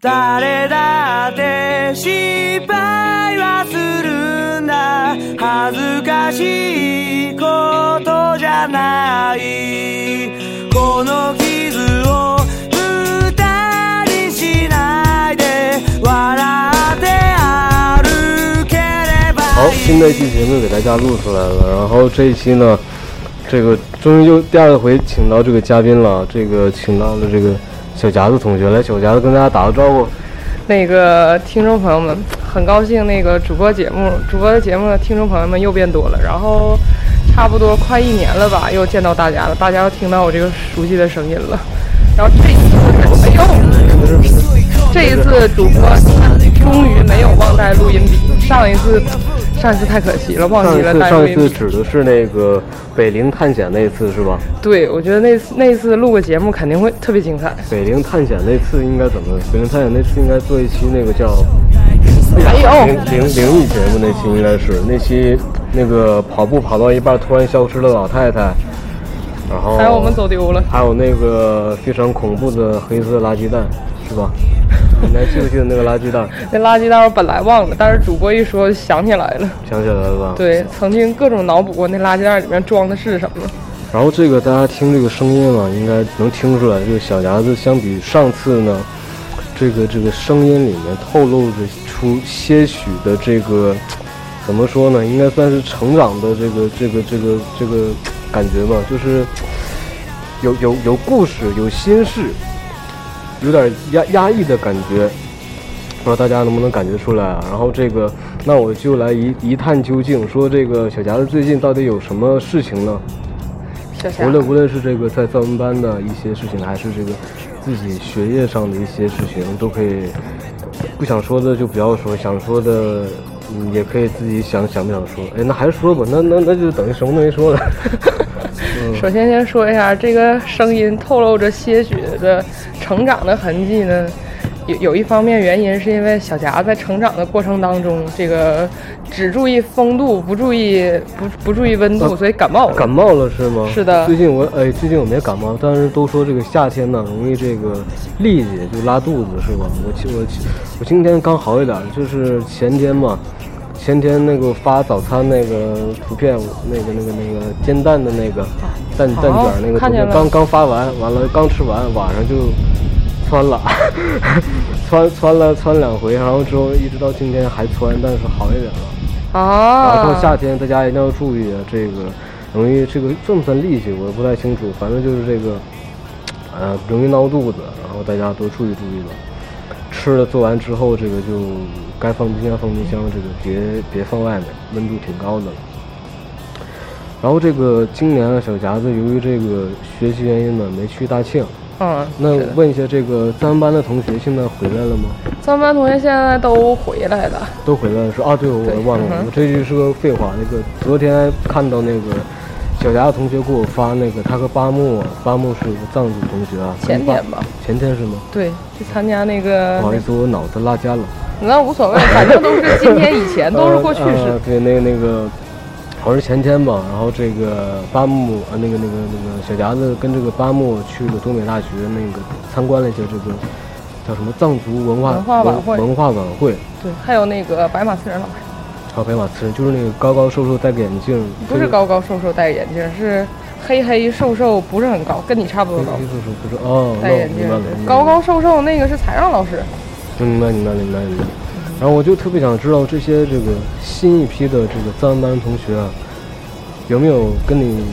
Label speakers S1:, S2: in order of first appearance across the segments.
S1: 誰だって失敗はするんだ恥ずかしいことじゃないこの傷を歌にしないで笑って歩けれ
S2: 好
S1: ば，いい
S2: 新的一期节目给大家录出来了。然后这一期呢，这个终于又第二回请到这个嘉宾了，这个请到了这个小夹子同学来，小夹子跟大家打个招呼。
S3: 那个听众朋友们，很高兴那个主播节目，主播的节目的听众朋友们又变多了，然后差不多快一年了吧，又见到大家了，大家又听到我这个熟悉的声音了。然后这一次，哎呦，这一次主播终于没有忘带录音笔，上一次上一次太可惜了，忘
S2: 上
S3: 记
S2: 一
S3: 了
S2: 次
S3: 带录
S2: 上一
S3: 音
S2: 次
S3: 笔。
S2: 指的是那个北陵探险那次是吧？
S3: 对，我觉得那次那次录个节目肯定会特别精彩。
S2: 北陵探险那次应该怎么？北陵探险那次应该做一期那个叫
S3: 哎
S2: 灵
S3: 呦，
S2: 灵灵异节目那期应该是那期那个跑步跑到一半突然消失的老太太，然后
S3: 还哎有我们走丢了。
S2: 还有那个非常恐怖的黑色垃圾蛋，是吧？你还记不记得那个垃圾蛋？
S3: 那垃圾袋我本来忘了，但是主播一说想起来了。
S2: 想起来了吧？。
S3: 对，曾经各种脑补过那垃圾袋里面装的是什么。
S2: 然后这个大家听这个声音啊，应该能听出来，这个小夹子相比上次呢，这个这个声音里面透露着出些许的这个怎么说呢？应该算是成长的这个这个这个这个感觉吧，就是有有有故事，有心事，有点压压抑的感觉。不知道大家能不能感觉出来啊？然后这个，那我就来一一探究竟，说这个小夹子最近到底有什么事情呢？
S3: 小霞
S2: 无，论无论是这个在造文班的一些事情，还是这个自己学业上的一些事情，都可以不想说的就不要说，想说的嗯也可以自己想想不想说。哎，那还是说吧，那那那就等于什么都没说了。
S3: 首先先说一下这个声音透露着些许的成长的痕迹呢。有有一方面原因是因为小霞在成长的过程当中，这个只注意风度，不注意不不注意温度，所以感冒了。
S2: 感冒了是吗？
S3: 是的
S2: 最近我哎，最近我没感冒，但是都说这个夏天呢容易这个痢疾，就拉肚子是吧？我今我今我今天刚好一点，就是前天嘛，前天那个发早餐那个图片，那个那个那个煎蛋的那个蛋蛋卷那个图
S3: 哦看见
S2: 片，
S3: 了
S2: 刚刚发完，完了刚吃完，晚上就窜了， 窜窜了窜两回，然后之后一直到今天还窜，但是好一点了。然后
S3: 啊，
S2: 夏天大家一定要注意啊，这个容易这个算不算痢疾我也不太清楚，反正就是这个，呃，容易闹肚子，然后大家多注意注意吧。吃了做完之后，这个就该放冰箱放冰箱，这个别别放外面，温度挺高的了。然后这个今年啊，小夹子由于这个学习原因呢，没去大庆。
S3: 嗯，
S2: 那问一下，这个三班的同学现在回来了吗？
S3: 三班同学现在都回来了。
S2: 都回来了是啊，对，我忘了，我这句是个废话。那个昨天看到那个小霞同学给我发那个，他和巴木，巴木是一个藏族同学啊，
S3: 前天吧，
S2: 前天是嗯吗？
S3: 对，去参加那个
S2: 不，好意思，我脑子拉家了。
S3: 那无所谓，反正都是今天以 前，都是过去
S2: 呃
S3: 式
S2: 呃。对，那个那个，好像是前天吧。然后这个巴木呃，那个那个那个小夹子跟这个巴木去了东北大学，那个参观了一下这个叫什么藏族文化
S3: 文化晚会
S2: 文化晚会。
S3: 对，还有那个白马寺人老师，
S2: 还有白马刺人，就是那个高高瘦瘦戴个眼镜，
S3: 不是高高瘦瘦戴眼镜，是黑黑瘦瘦，不是很高，跟你差不多高
S2: 黑，叔叔不是哦，那
S3: 戴
S2: 我
S3: 眼
S2: 明
S3: 镜
S2: 白了，明白了
S3: 高高瘦瘦那个是采让老师。
S2: 明白明白明白明白。然后我就特别想知道这些这个新一批的这个三班同学啊，有没有跟你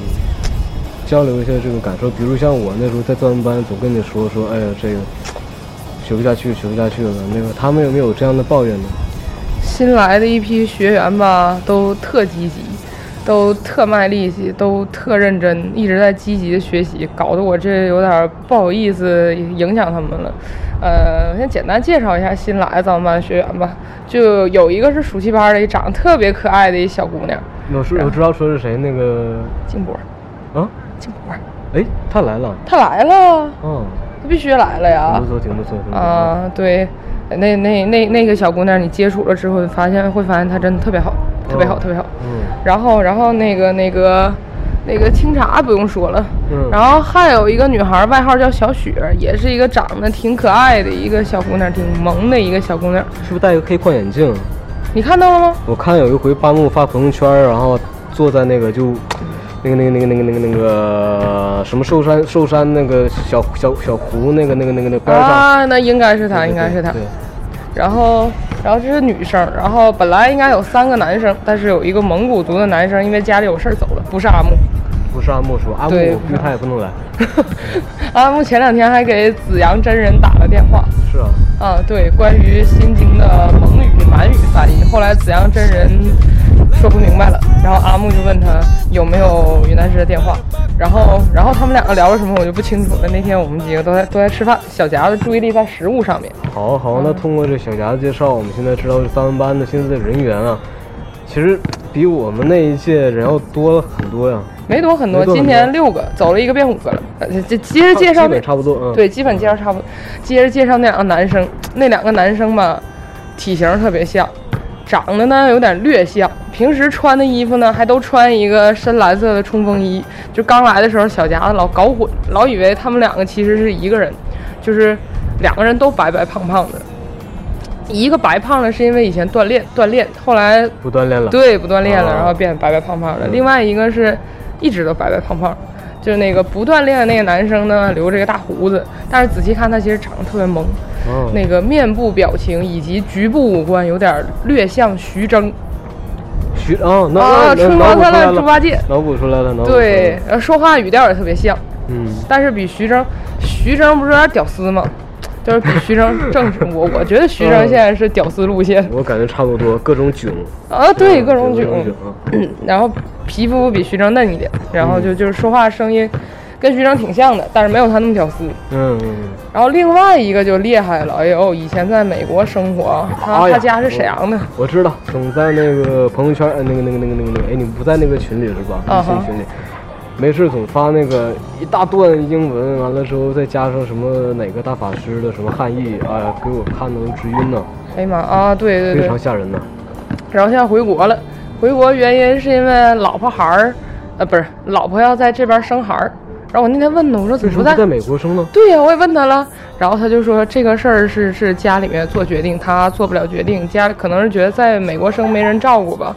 S2: 交流一下这个感受？比如像我那时候在三班，总跟你说说，哎呀这个学不下去，学不下去了。那个他们有没有这样的抱怨呢？
S3: 新来的一批学员吧，都特积极，都特卖力气，都特认真，一直在积极的学习，搞得我这有点不好意思影响他们了。呃，我先简单介绍一下新来的咱们班学员吧，就有一个是暑期班的，长得特别可爱的一小姑娘，
S2: 我是我知道说是谁那个
S3: 静波，
S2: 啊，
S3: 静波，
S2: 哎他来了，
S3: 她来了，
S2: 嗯，
S3: 她必须来了呀
S2: 挺不。错挺不错挺不错。
S3: 啊，对，那那那那个小姑娘，你接触了之后，发现会发现她真的特别好，特别好，
S2: 哦
S3: 特别好。
S2: 嗯，
S3: 然后，然后那个那个，那个清茶不用说了，
S2: 嗯
S3: 然后还有一个女孩，外号叫小雪，也是一个长得挺可爱的一个小姑娘，挺萌的一个小姑娘。
S2: 是不是戴个黑框眼镜？
S3: 你看到了吗？
S2: 我看有一回八木发朋友圈，然后坐在那个就，那个那个那个那个那个那个什么寿山寿山那个小小小湖那个那个那个那个边儿上，
S3: 啊，那应该是她，
S2: 对
S3: 应该是她。
S2: 对，
S3: 然后，然后这是女生，然后本来应该有三个男生，但是有一个蒙古族的男生因为家里有事儿走了，不是阿木。
S2: 不是阿木是吧？阿木
S3: 对
S2: 我估计他也不能来，
S3: 阿木啊前两天还给紫阳真人打了电话，
S2: 是啊，
S3: 啊，对，关于心经的蒙语、满语翻译，后来紫阳真人说不明白了，然后阿木就问他有没有云南师的电话，然后，然后他们两个聊了什么我就不清楚了。那天我们几个都在都在吃饭，小夹子注意力在食物上面。
S2: 好好，那通过这小霞的介绍，我们现在知道这三班的新四队人员啊，其实比我们那一届人要多了很多呀，
S3: 没多很
S2: 没
S3: 多，
S2: 多很多
S3: 今年六个，走了一个变五个了。呃这接着介绍
S2: 基
S3: 那
S2: 本差不多，嗯，，
S3: 对，基本介绍差不多。接着介绍那两个男生，那两个男生吧，体型特别像，长得呢有点略像。平时穿的衣服呢，还都穿一个深蓝色的冲锋衣。就刚来的时候，小夹子老搞混，老以为他们两个其实是一个人，就是两个人都白白胖胖的。一个白胖的是因为以前锻炼锻炼，后来
S2: 不锻炼了，
S3: 对，不锻炼了，
S2: 哦
S3: 然后变得白白胖胖的。
S2: 嗯
S3: 另外一个是一直都白白胖胖，就是那个不锻炼的那个男生呢，留着一个大胡子，但是仔细看他其实长得特别萌，
S2: 嗯，
S3: 那个面部表情以及局部五官有点略像徐峥
S2: 徐啊，那
S3: 啊，
S2: 那
S3: 春
S2: 脑
S3: 光
S2: 骨出
S3: 灿
S2: 来
S3: 烂猪八
S2: 了，
S3: 戒，
S2: 脑补出来了，
S3: 嗯
S2: 脑补出来了
S3: 对，，然后说话语调也特别像，
S2: 嗯。
S3: 但是比徐峥，徐峥不是有点屌丝吗？就是比徐峥正直，我我觉得徐峥
S2: 嗯
S3: 现在是屌丝路线
S2: 我感觉差不多，各种囧，
S3: 啊，对，
S2: 嗯
S3: 各种
S2: 囧
S3: 囧，嗯然后皮肤比徐峥嫩一点，然后就
S2: 嗯
S3: 就是说话声音跟徐峥挺像的，但是没有他那么屌丝。
S2: 嗯，嗯
S3: 然后另外一个就厉害了，哎呦，以前在美国生活，他、
S2: 哎呀
S3: 他家是沈阳的，
S2: 我知道，总在那个朋友圈，呃，那个那个那个那个那个，哎，你不在那个群里是吧？
S3: 啊
S2: 微
S3: 哈
S2: 信群里，没事总发那个一大段英文，完了之后再加上什么哪个大法师的什么汉译，哎呀，给我看的都直晕呢，
S3: 哎呀妈啊，对对
S2: 非
S3: 对
S2: 常，吓人呢。
S3: 然后现在回国了，回国原因是因为老婆孩儿，呃，不是老婆要在这边生孩儿，然后我那天问他，我说怎
S2: 为什
S3: 么
S2: 么
S3: 不
S2: 不在美国生呢？
S3: 对呀、我也问他了，然后他就说这个事儿是是家里面做决定，他做不了决定，家里可能是觉得在美国生没人照顾吧，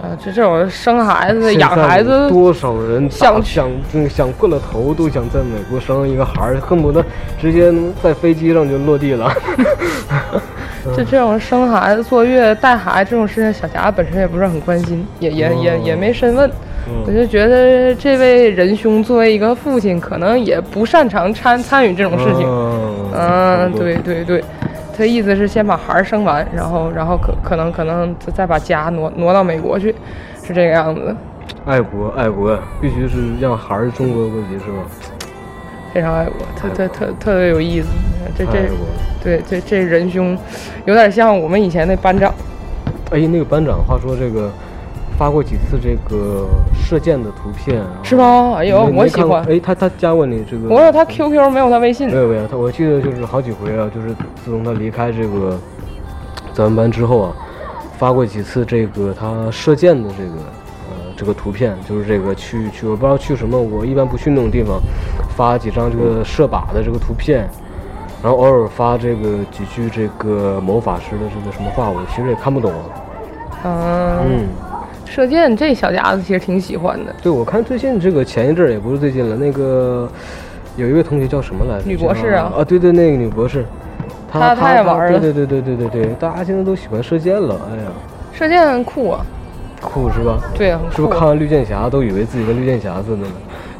S3: 啊、这这种生孩子、
S2: 现
S3: 养
S2: 在
S3: 孩子，
S2: 多少人
S3: 想
S2: 打想嗯想破了头都想在美国生一个孩儿，恨不得直接在飞机上就落地了。
S3: 这这种生孩子、坐月、带孩子这种事情，小霞本身也不是很关心，也也
S2: 哦
S3: 也也没深问。
S2: 嗯
S3: 我就觉得这位仁兄作为一个父亲，可能也不擅长参参与这种事情。
S2: 嗯
S3: 嗯，对对对，他意思是先把孩儿生完，然后然后可可能可能再再把家挪挪到美国去，是这个样子的，
S2: 爱国，爱国，必须是让孩儿中国国籍是吧？
S3: 非常爱国，特特特特别有意思。这这
S2: 爱，国。
S3: 对这这仁兄，有点像我们以前那班长。
S2: 哎，那个班长，话说这个发过几次这个射箭的图片啊？
S3: 是吗哎呦
S2: 你没
S3: 我
S2: 你没看过
S3: 喜欢
S2: 哎，他他加过你这个？
S3: 我有他 QQ，没有他微信
S2: 没。有没有，他我记得就是好几回啊，就是自从他离开这个咱们班之后啊，发过几次这个他射箭的这个呃这个图片，就是这个去去我不知道去什么，我一般不去那种地方，发几张这个射靶的这个图片。然后偶尔发这个几句这个某法师的这个什么话，我其实也看不懂啊。
S3: 嗯，
S2: 嗯，
S3: 射箭这小家子其实挺喜欢的，
S2: 对，我看最近这个前一阵儿也不是最近了，那个有一位同学叫什么来着？
S3: 女博士啊
S2: 叫啊，对对，那个女博士，
S3: 她
S2: 她
S3: 太玩儿了
S2: 对对对对对对对，大家现在都喜欢射箭了，哎呀，
S3: 射箭很酷啊，
S2: 酷是吧？
S3: 对，很酷。啊
S2: 是不是看完绿箭侠都以为自己跟绿箭侠似的呢？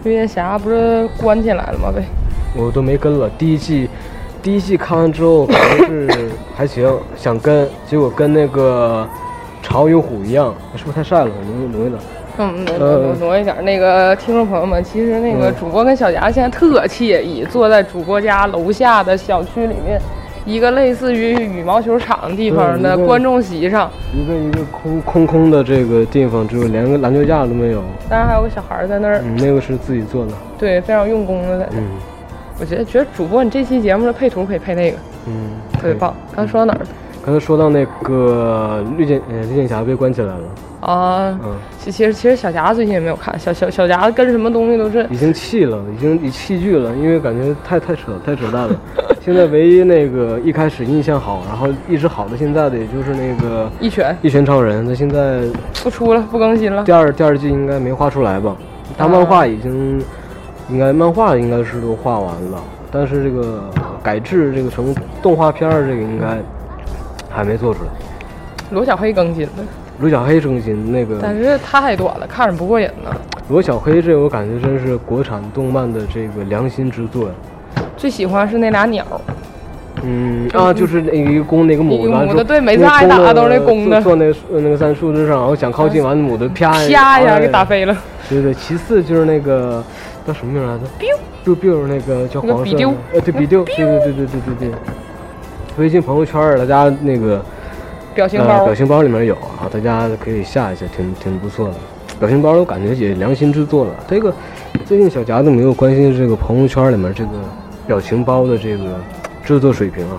S3: 绿箭侠不是关起来了吗？被
S2: 我都没跟了，第一季，第一季看完之后感觉 是还行，想跟，结果跟那个潮有虎一样，是不是太晒了？挪挪一点。
S3: 嗯，挪挪挪一点儿。那个听众朋友们，其实那个
S2: 嗯
S3: 主播跟小霞现在特惬意，坐在主播家楼下的小区里面，一个类似于羽毛球场地方的
S2: 嗯对一个
S3: 观众席上，
S2: 一个一个空空空的这个地方，只有连个篮球架都没有。
S3: 当然还有个小孩儿在那儿，
S2: 嗯，那个是自己做的。
S3: 对，非常用功的在那儿。
S2: 嗯
S3: 我觉得觉得主播你这期节目的配图可以配那个，
S2: 嗯，
S3: 特别棒。刚才说到哪儿了？
S2: 刚才说到那个绿箭，呃，绿箭侠被关起来了，
S3: 啊。
S2: 嗯，
S3: 其其实其实小霞最近也没有看，小小小霞跟什么东西都是
S2: 已经弃了，已经已弃剧了，因为感觉太太扯太扯淡了。现在唯一那个一开始印象好，然后一直好到现在的，也就是那个
S3: 一拳
S2: 一拳超人，他现在
S3: 不出了，不更新了
S2: 第。二第二季应该没画出来吧？他漫
S3: 啊
S2: 画已经，应该漫画应该是都画完了，但是这个改制这个成动画片儿这个应该还没做出来。
S3: 罗小黑更新了，
S2: 罗小黑更新那个，
S3: 但是太短了，看着不过瘾呢。
S2: 罗小黑这我感觉真是国产动漫的这个良心之作呀。
S3: 最喜欢是那俩鸟，
S2: 嗯啊，就是那一个公那个母
S3: 一个
S2: 完
S3: 母
S2: 之后
S3: 的对每次
S2: 那
S3: 挨
S2: 公
S3: 打
S2: 的
S3: 都是那公的嗯
S2: 坐坐那呃那个在树枝上，然后想靠近，完母的啪
S3: 啪一下
S2: 哎
S3: 给打飞了。
S2: 对对，其次就是那个叫什么名来着？biu biu 那个叫
S3: 那个
S2: 黄色
S3: 比丢
S2: 的，呃，对比丢，对对对对对对对。微信朋友圈儿，大家那个
S3: 表情
S2: 呃
S3: 包
S2: 表，情包里面有啊，大家可以下一下，挺挺不错的。表情包我感觉也良心制作了。这个最近小夹子没有关心这个朋友圈里面这个表情包的这个制作水平啊。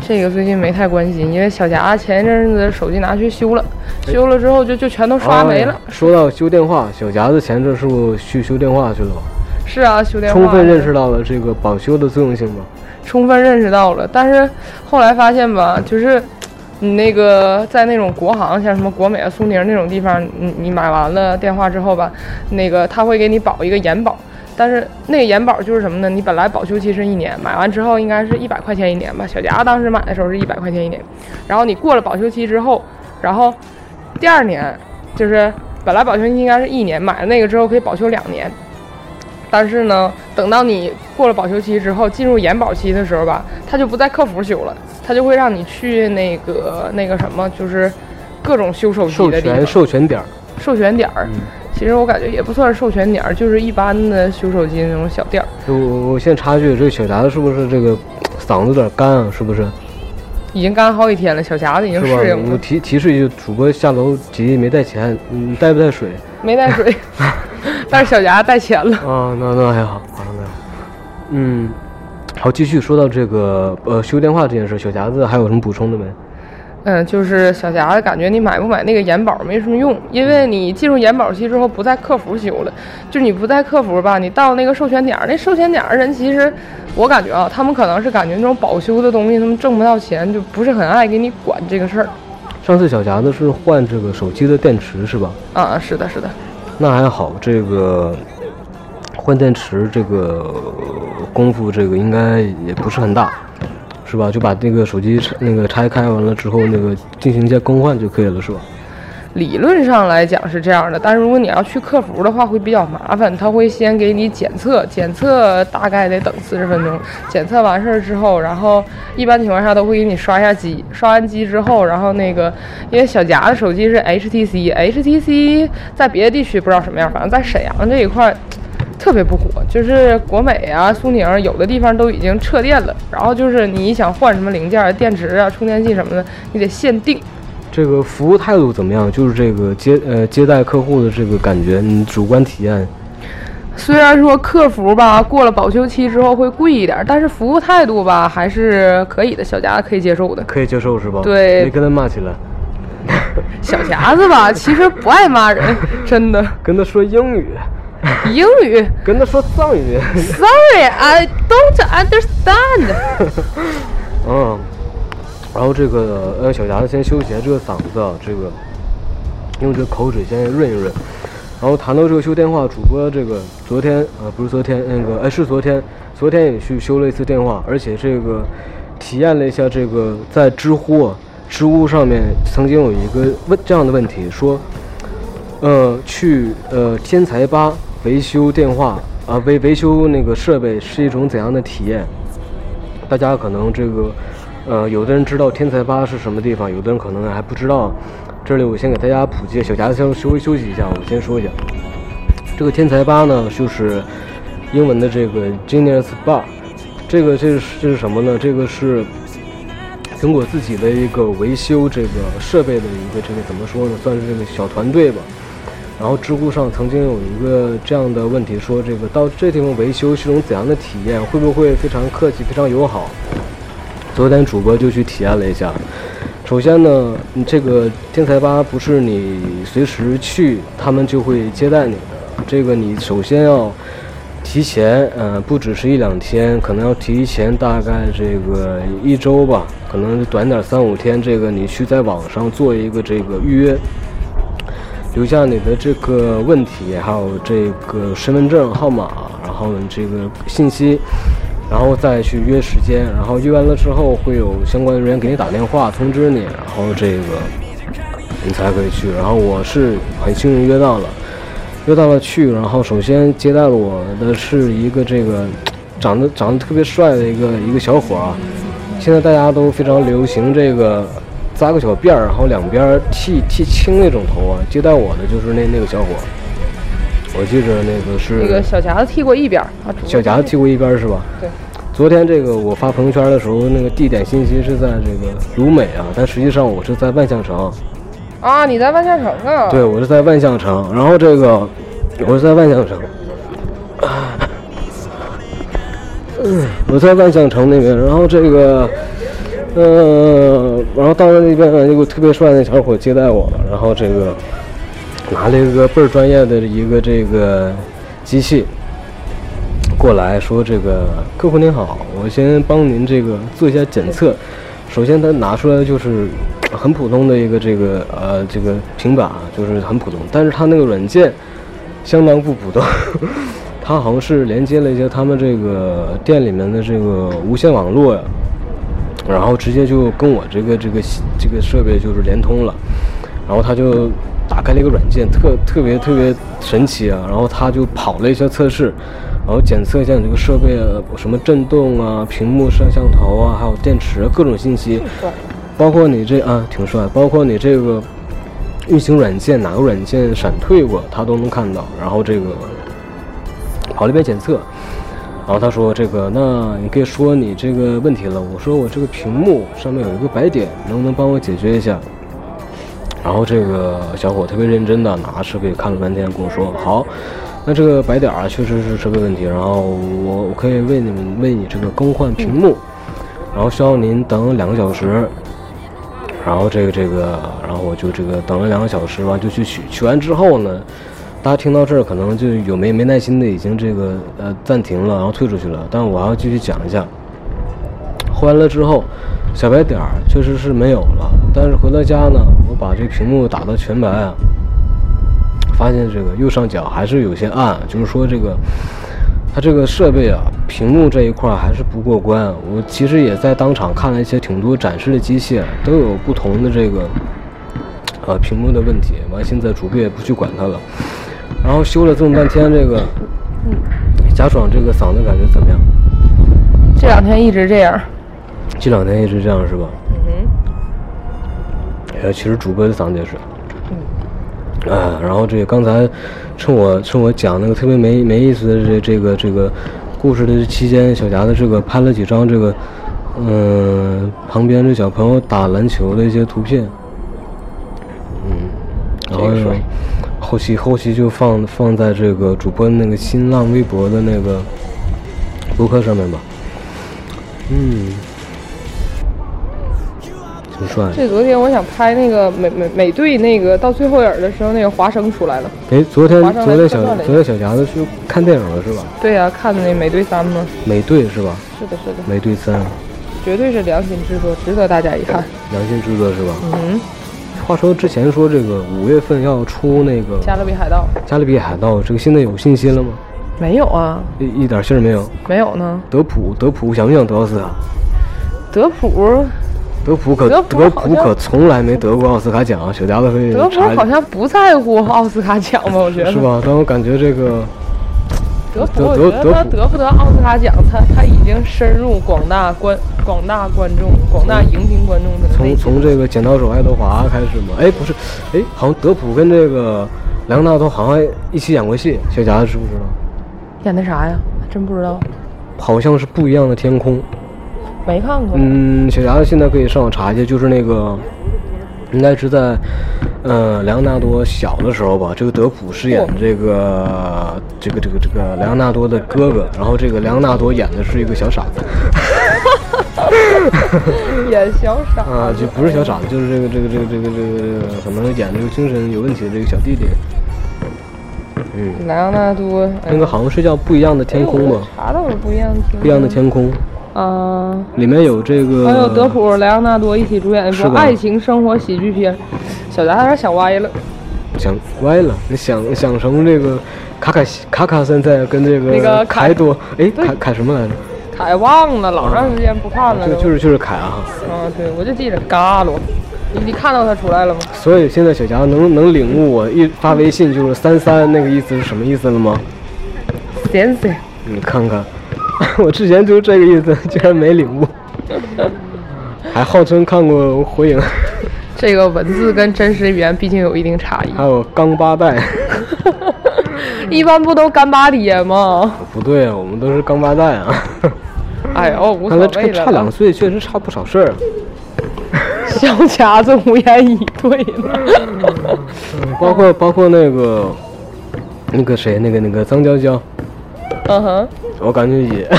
S3: 这个最近没太关心，因为小霞前一阵子手机拿去修了，
S2: 哎
S3: 修了之后就就全都刷没了
S2: 啊。说到修电话，小夹子前阵是不是去修电话去了吧？
S3: 是啊，修电话
S2: 充分认识到了这个保修的作用性吧？
S3: 充分认识到了，但是后来发现吧，就是你那个在那种国行，像什么国美啊、苏宁那种地方，你你买完了电话之后吧，那个他会给你保一个延保。但是那个延保就是什么呢？你本来保修期是一年，买完之后应该是一百块钱一年吧。小霞当时买的时候是一百块钱一年，然后你过了保修期之后，然后第二年就是本来保修期应该是一年，买了那个之后可以保修两年，但是呢，等到你过了保修期之后，进入延保期的时候吧，它就不在客服修了，它就会让你去那个 那个什么，就是各种修手机
S2: 授
S3: 的地
S2: 权
S3: 方
S2: 授权点儿，
S3: 授权点儿。
S2: 嗯
S3: 其实我感觉也不算是授权点儿，就是一般的修手机那种小店儿，
S2: 我我我现在插一句，这个小夹子是不是这个嗓子有点干啊？是不是？
S3: 已经干好几天了，小霞子已经
S2: 是
S3: 适
S2: 吧？
S3: 应
S2: 我
S3: 了，
S2: 提提示一句，主播下楼急没带钱，你带不带水？
S3: 没带水， 但是小霞带钱了。
S2: 啊，那那还好，好像还好。嗯，好，继续说到这个呃修电话这件事，小夹子还有什么补充的没？
S3: 嗯，就是小霞的感觉，你买不买那个延保没什么用，因为你进入延保期之后不在客服修了，就是你不在客服吧，你到那个授权点儿，那授权点儿人其实，我感觉啊，他们可能是感觉那种保修的东西他们挣不到钱，就不是很爱给你管这个事儿。
S2: 上次小夹子是换这个手机的电池是吧？
S3: 啊，是的，是的，
S2: 那还好，这个换电池这个呃功夫，这个应该也不是很大，是吧？就把那个手机拆那个拆开完了之后，那个进行一下更换就可以了，是吧？
S3: 理论上来讲是这样的，但是如果你要去客服的话，会比较麻烦。他会先给你检测，检测大概得等四十分钟。检测完事儿之后，然后一般情况下都会给你刷一下机。刷完机之后，然后那个 E 因为小霞的手机是 HTC，HTC 在别的地区不知道什么样，反正在沈阳这一块儿特别不火，就是国美啊、苏宁有的地方都已经撤店了。然后就是你想换什么零件儿、电池啊、充电器什么的，你得限定。
S2: 这个服务态度怎么样？就是这个接呃接待客户的这个感觉，你主观体验
S3: 虽然说客服吧过了保修期之后会贵一点，但是服务态度吧还是可以的，小霞可以接受的。
S2: 可以接受是吧？
S3: 对
S2: 没跟他骂起来，
S3: 小霞子吧其实不爱骂人，真的。
S2: 跟他说英语，
S3: 英语
S2: 跟他说藏语，
S3: ，Sorry，I don't understand 。
S2: 嗯。然后这个呃，小霞先休息一下这个嗓子啊，这个用这个口水先润一润。然后谈到这个修电话，主播这个昨天呃不是昨天那个哎是昨天，昨天也去修了一次电话，而且这个体验了一下这个在知乎啊知乎上面曾经有一个问这样的问题说，呃去呃天才吧维修电话啊、维维修那个设备是一种怎样的体验？大家可能这个，呃，有的人知道天才吧是什么地方，有的人可能还不知道。这里我先给大家普及，小霞先休休息一下，我先说一下。这个天才吧呢，就是英文的这个 Genius Bar，这个这是这是什么呢？这个是苹果自己的一个维修这个设备的一个这个怎么说呢？算是这个小团队吧。然后知乎上曾经有一个这样的问题，说这个到这地方维修是种怎样的体验？会不会非常客气、非常友好？昨天主播就去体验了一下。首先呢，你这个天才吧不是你随时去，他们就会接待你的。这个你首先要提前，呃，不只是一两天，可能要提前大概这个一周吧，可能短点儿三五天。这个你去在网上做一个这个预约，留下你的这个问题，还有这个身份证号码，然后你这个信息，然后再去约时间，然后约完了之后会有相关人员给你打电话通知你，然后这个你才可以去。然后我是很幸运约到了，约到了去，然后首先接待了我的是一个这个长得长得特别帅的一个一个小伙儿啊。现在大家都非常流行这个扎个小辫儿，然后两边儿剃剃青那种头啊。接待我的就是那那个小伙儿，我记着那个是
S3: 那个小夹子剃过一边儿，啊，主播
S2: 小夹子剃过一边儿是吧？
S3: 对。
S2: 昨天这个我发朋友圈的时候，那个地点信息是在这个鲁美啊，但实际上我是在万象城。
S3: 啊，你在万象城啊？
S2: 对，，我是在万象城，然后这个我是在万象城，嗯我在万象城那边，然后这个，呃，然后到了那边呢，有个特别帅的小伙接待我了，然后这个拿了一个倍儿专业的一个这个机器过来说这个客户您好，我先帮您这个做一下检测。首先他拿出来就是很普通的一个这个呃这个平板，就是很普通，但是他那个软件相当不普通， 他好像是连接了一些他们这个店里面的这个无线网络呀。然后直接就跟我这个这个这个设备就是连通了，然后他就打开了一个软件，特特别特别神奇啊，然后他就跑了一下测试，然后检测一下你这个设备啊什么震动啊、屏幕、摄像头啊，还有电池啊各种信息，包括你这啊挺帅，包括你这个运行软件哪个软件闪退过，他都能看到，然后这个跑了一遍检测，然后他说这个，那你可以说你这个问题了。我说我这个屏幕上面有一个白点，能不能帮我解决一下？然后这个小伙特别认真的拿设备看了半天，跟我说好，那这个白点儿啊确实是设备问题，然后我我可以为你们为你这个更换屏幕，然后需要您等两个小时。然后这个这个，然后我就这个等了两个小时吧，就去取。取完之后呢，大家听到这儿可能就有没没耐心的已经这个呃暂停了，然后退出去了。但我还要继续讲一下。换完了之后，小白点儿确实是没有了，但是回到家呢，我把这屏幕打到全白啊，发现这个右上角还是有些暗，就是说这个它这个设备啊，屏幕这一块儿还是不过关。啊我其实也在当场看了一些挺多展示的机械，都有不同的这个呃屏幕的问题。完，现在主播也不去管它了。然后修了这么半天，这个贾爽这个嗓子感觉怎么样？
S3: 这两天一直这样。
S2: 这两天一直这样是吧？呃，其实主播的嗓子也是。啊，然后这个刚才趁我趁我讲那个特别没没意思的这这个这个故事的期间，小夹子这个拍了几张这个，嗯、旁边这小朋友打篮球的一些图片，嗯，然后后期后期就放放在这个主播那个新浪微博的那个博客上面吧，嗯，挺帅的。
S3: 这昨天我想拍那个美美美队那个到最后影儿的时候，那个华生出来了。
S2: 哎，昨天
S3: 华生
S2: 昨
S3: 来
S2: 天
S3: 吃
S2: 小
S3: 饭了
S2: 昨天小夹子去看电影了是吧？
S3: 对呀、看的那美队三吗？
S2: 美队是吧？
S3: 是的，是的，
S2: 美队三，
S3: 绝对是良心制作，值得大家一看。
S2: 良心制作是吧？
S3: 嗯，
S2: 话说之前说这个五月份要出那个
S3: 加勒比海盗
S2: 加勒比海盗，这个现在有信息了吗？
S3: 没有啊？
S2: 一一点信儿没有。
S3: 没有呢。
S2: 德普德普想不想得奥斯卡？
S3: 德普，
S2: 德普可
S3: 德
S2: 德
S3: 普
S2: 普
S3: 好像
S2: 可从来没得过奥斯卡奖啊，小夹子会
S3: 德普
S2: 查
S3: 好像不在乎奥斯卡奖吧？我觉得
S2: 是？吧？但我感觉这个
S3: 德普，
S2: 德
S3: 我觉
S2: 德德
S3: 得他
S2: 普
S3: 得不得奥斯卡奖，他他已经深入广大观广大观众、广大荧屏观众的内
S2: 从
S3: 心。
S2: 从这个剪刀手爱德华开始嘛，哎不是，哎好像德普跟这个莱昂纳多好像一起演过戏，小夹子知不知道？
S3: 演的啥呀？还真不知道，
S2: 好像是不一样的天空。
S3: 没看过。
S2: 嗯，小夹子现在可以上网查一下，就是那个，应该是在，呃，莱昂纳多小的时候吧。这个德普饰
S3: 哦
S2: 演这个这个这个这个莱昂纳多的哥哥，然后这个莱昂纳多演的是一个小傻子。
S3: 演小傻子
S2: 啊，就不是小傻子，就是这个这个这个这个这个这个怎么能演这个精神有问题的这个小弟弟，嗯，
S3: 莱昂纳多，哎
S2: 那个好像是叫《不一样的天空》
S3: 哎我
S2: 吧，
S3: 查到了不一样的
S2: 《不一样的天空》
S3: 啊，
S2: 里面有这个，
S3: 还有哎德普、莱昂纳多一起主演的一
S2: 是
S3: 部
S2: 吧
S3: 爱情生活喜剧片，小达有点想歪了，
S2: 想歪了，你想想成这个卡卡西卡卡森在跟这个
S3: 那个凯
S2: 凯多，哎，凯凯什么来着？
S3: 太忘了，老长时间不看了
S2: 就
S3: 都，
S2: 就是就是凯啊，
S3: 啊，对，我就记着嘎罗，你你看到他出来了吗？
S2: 所以现在小霞能能领悟我一发微信就是三三那个意思是什么意思了吗？
S3: 咸咸，
S2: 你看看， 我之前就是这个意思，居然没领 悟，还号称看过《火影》，
S3: 这个文字跟真实语言毕竟有一定差异。
S2: 还有《钢八代》。
S3: 一般不都干巴爹吗？
S2: 不对啊，我们都是钢八代啊。
S3: 哎呦，无所
S2: 看 来差
S3: 谓
S2: 差
S3: 了
S2: 两，岁，确实差不少事儿。
S3: 小夹子无言以对了。
S2: 包括包括那个那个谁，那个那个张娇娇，
S3: 嗯哼，
S2: 我感觉也，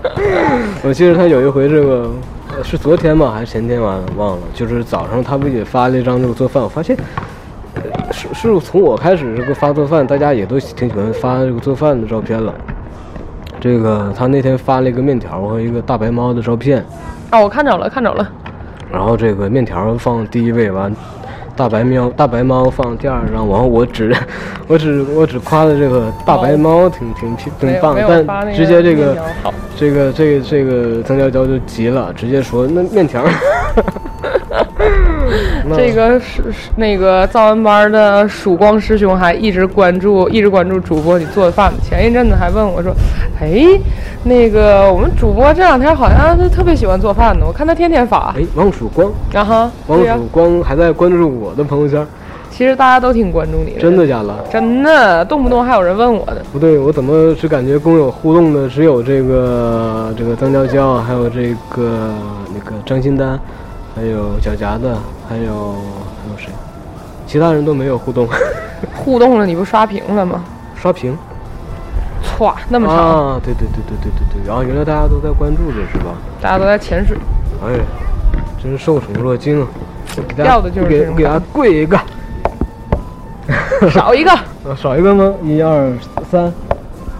S2: 我记得她有一回这个。呃是昨天吧，还是前天晚上忘了？就是早上她不也发了一张这个做饭，我发现，呃是是从我开始这个发做饭，大家也都挺喜欢发这个做饭的照片了。这个她那天发了一个面条和一个大白猫的照片，
S3: 啊，我看着了，看着了。
S2: 然后这个面条放第一位，完大白喵、大白猫放第二，然后完我只 我只我只夸了这个大白猫挺挺挺
S3: 没
S2: 挺
S3: 有
S2: 棒
S3: 没，有发那
S2: 但
S3: 个
S2: 直接这
S3: 面
S2: 个
S3: 条好
S2: 这个这个这个曾娇娇就急了，直接说那面 条儿， 那
S3: 这个是是那个造完班的曙光师兄还一直关注，一直关注主播你做的饭。前一阵子还问我说：“哎，那个我们主播这两天好像他特别喜欢做饭呢，我看他天天发。
S2: 哎，哦王曙光，”
S3: 然后
S2: 王
S3: 对呀、
S2: 曙光还在关注我的朋友圈，
S3: 其实大家都挺关注你的，
S2: 真的假的？
S3: 真的，动不动还有人问我的。
S2: 不对，我怎么只感觉跟我互动的只有这个这个曾娇娇，还有这个那个张新丹，还有小夹子，还有还有谁？其他人都没有互动，
S3: 互动了，你不刷屏了吗？
S2: 刷屏
S3: 歘，那么长，
S2: 啊！对对对对对对对，然后原来大家都在关注这是吧？
S3: 大家都在潜水。
S2: 哎，真是受宠若惊啊！给大家
S3: 要的就是这
S2: 给
S3: 种
S2: 给他跪一个，
S3: 少一个，
S2: 啊少一个吗？一二三，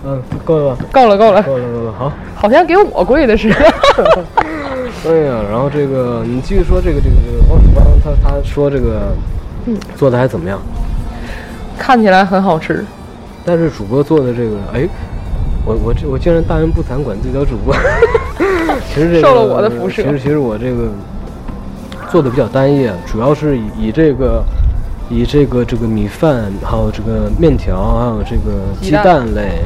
S2: 嗯，够了吧？
S3: 够了够了，
S2: 够了够了，好。
S3: 好像给我跪的似 的。
S2: 对哎呀、然后这个你继续说这个这个这个王曙光他他说这个，做的还怎么样？
S3: 看起来很好吃，
S2: 但是主播做的这个，哎，我我这我竟然大言不惭管自己叫主播， 其实这个
S3: 受了我的辐射
S2: 其实其实我这个做的比较单一，啊，主要是以以这个以这个这个米饭，还有这个面条，还有这个
S3: 鸡
S2: 鸡
S3: 蛋
S2: 蛋类。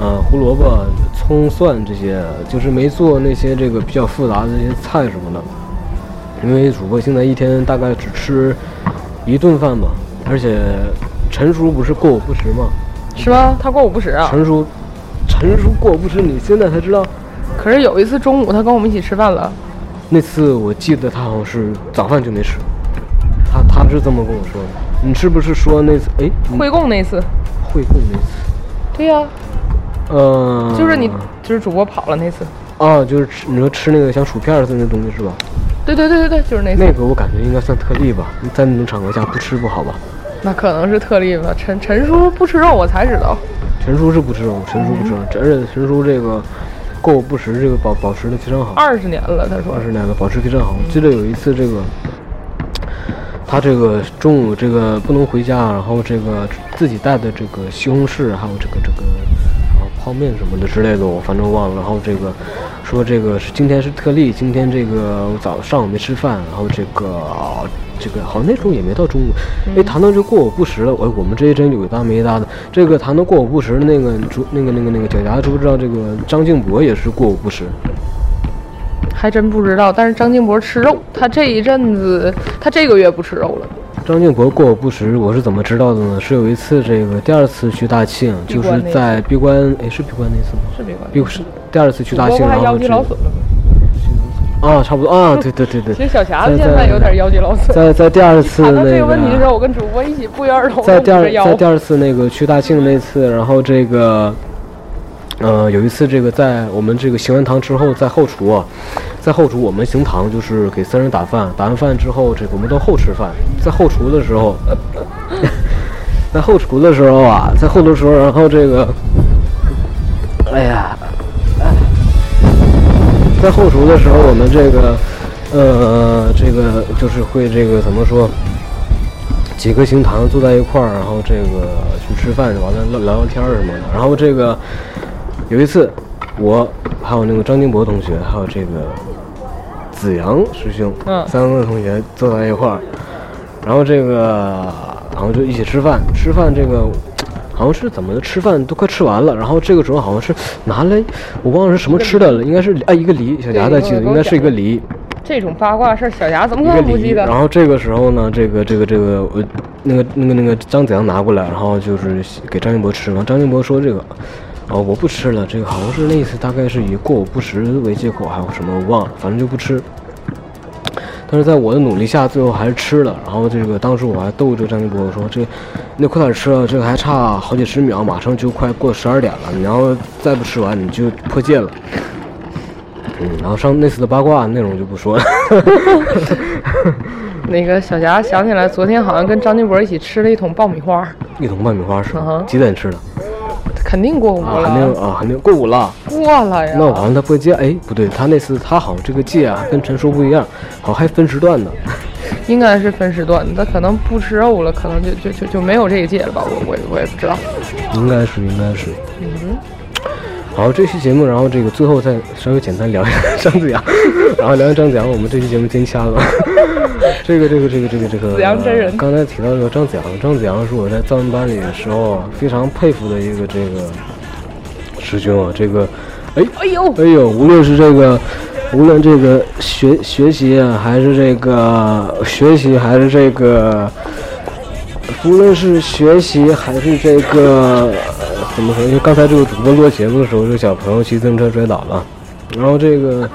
S2: 呃，胡萝卜、葱、蒜这些，啊就是没做那些这个比较复杂的这些菜什么的。因为主播现在一天大概只吃一顿饭吧，而且陈叔不是过午不食吗？
S3: 是吗？他过午不食啊。
S2: 陈叔，陈叔过不是你现在才知道？
S3: 可是有一次中午他跟我们一起吃饭了，
S2: 那次我记得他好像是早饭就没吃，他他是这么跟我说的。你是不是说那次？哎，你
S3: 惠供那次。
S2: 会供那次？
S3: 对呀、
S2: 呃，
S3: 就是你，就是主播跑了那次。
S2: 啊，就是吃你说吃那个像薯片儿似的那东西是吧？
S3: 对对对对对，就是那次。
S2: 那个我感觉应该算特例吧，在那种场合下不吃不好吧？
S3: 那可能是特例吧。陈陈叔不吃肉，我才知道。
S2: 陈叔是不吃肉，陈叔不吃
S3: 嗯
S2: 肉，而且陈叔这个过午不食这个保保持的非常好。
S3: 二十年了，他说
S2: 二。十年了，保持非常好。我记得有一次，这个他这个中午这个不能回家，然后这个自己带的这个西红柿，还有这个这个然后泡面什么的之类的，我反正忘了。然后这个说这个是今天是特例，今天这个早上午没吃饭，然后这个、呃这个好像那时候也没到中午。哎，谈到这过午不食了，哎，我们这一针有一搭没一搭的。这个谈到过午不食，那个主那个那个那个脚丫知不知道这个张静博也是过午不食？
S3: 还真不知道，但是张金博吃肉，他这一阵子，他这个月不吃肉了。
S2: 张建国过午不食，我是怎么知道的呢？是有一次这个第二次去大庆，
S3: 闭
S2: 就
S3: 关
S2: 是
S3: 那次
S2: 在闭关，哎，是闭关那次吗？
S3: 是没关
S2: 闭
S3: 系。
S2: 是第二次去
S3: 主
S2: 大
S3: 播
S2: 庆，
S3: 不还
S2: 然
S3: 腰
S2: 后
S3: 肌
S2: 这
S3: 劳损了吗？
S2: 啊，差不多啊，对对对
S3: 其
S2: 对，
S3: 实小霞子现在有点腰肌劳损。
S2: 在在第二次
S3: 谈
S2: 那
S3: 到
S2: 个
S3: 这个问题的时候，我跟主播一起不约而同
S2: 在
S3: 地捂
S2: 第
S3: 着
S2: 二
S3: 腰
S2: 在。第二次那个去大庆那次，然后这个呃，有一次这个在我们这个行完堂之后，在后厨啊，在后厨我们行堂就是给僧人打饭，打完饭之后，这个我们都后吃饭，在后厨的时候， 呃、在后厨的时候啊，在后厨的时候，然后这个，哎呀，在后厨的时候，我们这个，呃，这个就是会这个怎么说？几个行堂坐在一块儿，然后这个去吃饭，完了聊聊聊天儿什么的。然后这个有一次，我还有那个张金博同学，还有这个子阳师兄，
S3: 嗯
S2: 三个同学坐在一块儿，然后这个然后就一起吃饭，吃饭这个。好像是怎么的，吃饭都快吃完了，然后这个时候好像是拿了，我忘了是什么吃的了，应该是啊一个梨，小夹
S3: 对
S2: 子
S3: 你
S2: 记得
S3: 跟我
S2: 应该是一个
S3: 讲
S2: 梨，
S3: 这种八卦事儿，小霞怎么
S2: 一
S3: 可
S2: 个
S3: 能不
S2: 梨，
S3: 记
S2: 然
S3: 得？
S2: 后这个时候呢，这个这个这个我那个那个那个张子阳拿过来，然后就是给张金博吃嘛。张金博说这个，哦我不吃了，这个好像是那意思，大概是以过午不食为借口，还有什么我忘了，反正就不吃。但是在我的努力下，最后还是吃了。然后这个当时我还逗这个张金博，我说这，那快点吃啊，这个还差好几十秒，马上就快过十二点了，你要再不吃完你就破戒了。嗯，然后上那次的八卦内容就不说了。
S3: 那个小霞想起来，昨天好像跟张金博一起吃了一桶爆米花，
S2: 一桶爆米花是
S3: 嗯
S2: 吗？
S3: 哼
S2: 几点吃的？
S3: 肯定过午
S2: 啊，
S3: 了，
S2: 还没有啊，还没有过午了。
S3: 过了呀。
S2: 那我好像他过界，哎，不对，他那次他好像这个界啊，跟陈叔不一样，好像还分时段呢。
S3: 应该是分时段的，他可能不吃肉了，可能就就就就没有这一届了吧，我我也我也不知道。
S2: 应该是，应该是。
S3: 嗯
S2: 好，这期节目，然后这个最后再稍微简单聊一下张 子阳，然后聊完张子阳，我们这期节目先掐了。这个这个这个这个这个，
S3: 子阳真人
S2: 呃刚才提到这个张子阳，张子阳是我在造文班里的时候非常佩服的一个这个师兄啊，这个，哎
S3: 哎呦，
S2: 哎呦，无论是这个，无论这个学学习啊，还是这个学习，还是这个，无论是学习还是这个，呃怎么说？因为刚才这个主播录节目的时候，这个小朋友骑自行车摔倒了，然后这个，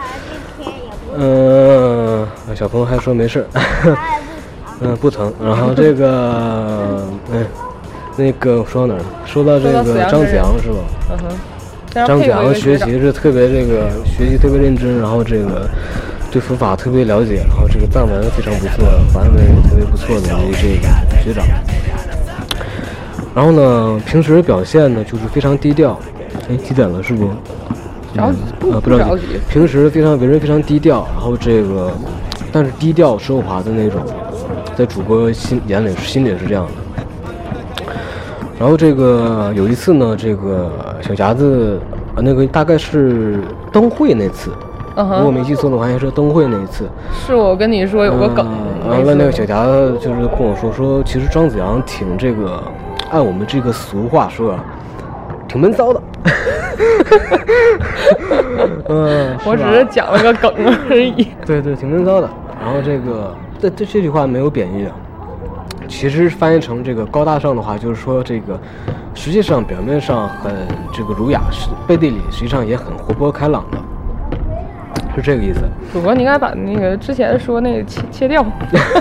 S2: 嗯、小朋友还说没事儿，嗯、不疼。然后这个，嗯，那个我说到哪儿了？说到这
S3: 说到子
S2: 个
S3: 阳
S2: 张
S3: 这
S2: 子
S3: 人
S2: 阳是吧？
S3: 嗯哼，非常
S2: 张
S3: 佩
S2: 子
S3: 服一
S2: 阳
S3: 个
S2: 学
S3: 学长
S2: 习是特别这个学习特别认真，然后这个对佛法特别了解，然后这个藏文非常不错，梵文也特别不错的一个这个学长。然后呢，平时表现呢就是非常低调。哎，几点了？是不？
S3: 着急不
S2: 呃，不
S3: 不
S2: 着
S3: 着
S2: 急
S3: 急。
S2: 平时非常为人非常低调，然后这个，但是低调奢华的那种，在主播心眼里心里是这样的。然后这个有一次呢，这个小夹子，呃，那个大概是灯会那次，
S3: 嗯
S2: 如果
S3: 哼，
S2: 没记错的话，应该是灯会那一次。
S3: 是我跟你说有个梗，
S2: 嗯完了，那个小夹子就是跟我说说，其实张子阳挺这个，按我们这个俗话说，啊，挺闷骚的。嗯，
S3: 我只
S2: 吧
S3: 是讲了个梗而已。
S2: 对对，挺闷骚的。然后这个，这这这句话没有贬义啊，其实翻译成这个高大上的话，就是说这个，实际上表面上很这个儒雅，是背地里实际上也很活泼开朗的，是这个意思。
S3: 主播，你应该把那个之前说那个切切掉，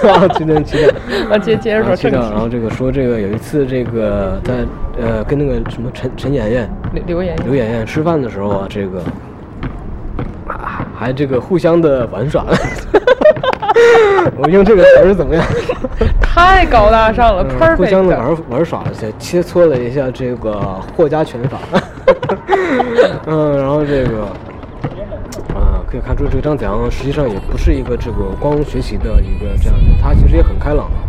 S2: 然后今天期待。
S3: 啊，接接着
S2: 然后
S3: 说
S2: 去
S3: 正
S2: 掉，啊然后
S3: 题。
S2: 这个说这个有一次这个在呃跟那个什么陈陈妍妍
S3: 留留言，
S2: 刘妍妍吃饭的时候啊，这个啊还这个互相的玩耍， 我用这个词儿怎么样？
S3: 太高大上了
S2: 嗯
S3: ，perfect。
S2: 互相的玩玩耍了一下，切磋了一下这个霍家拳法。 嗯，然后这个，啊，可以看出这个张子阳实际上也不是一个这个光学习的一个这样的，他其实也很开朗。啊哎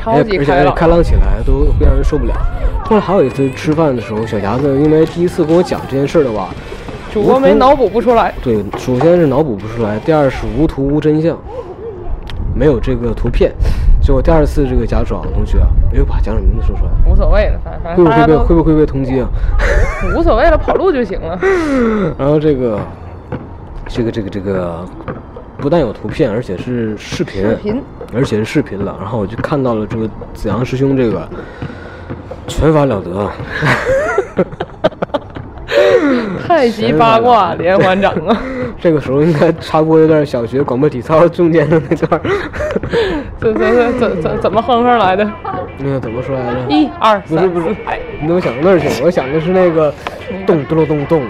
S3: 超级
S2: 而且而
S3: 开
S2: 且
S3: 朗。
S2: 开朗起来都会让人受不了。后来还有一次吃饭的时候，小霞子因为第一次跟我讲这件事儿的话，
S3: 主播
S2: 嗯
S3: 没脑补不出来，
S2: 对，首先是脑补不出来，第二是无图无真相，没有这个图片。结果第二次这个贾爽同学啊，没有把贾爽名字说出来，
S3: 无所谓了，反反
S2: 会
S3: 正
S2: 不
S3: 哎
S2: 会
S3: 大家
S2: 被
S3: 都
S2: 会不会被通缉 啊？
S3: 无所谓了，跑路就 行了。
S2: 然后这个，这个这个这个，不但有图片，而且是视频，
S3: 视频
S2: 而且是视频了。然后我就看到了这个子阳师兄这个拳法了得啊，
S3: 太极八卦连环掌 啊！
S2: 这个时候应该插播一段小学广播体操中间的那段儿。
S3: 怎怎怎怎怎怎么哼哼来的？
S2: 那个怎么说来着？
S3: 一二
S2: 不是
S3: 三
S2: 不是
S3: 四，
S2: 哎，你怎么想到那儿去？我想的是那个
S3: 嗯
S2: 咚咚咚 咚，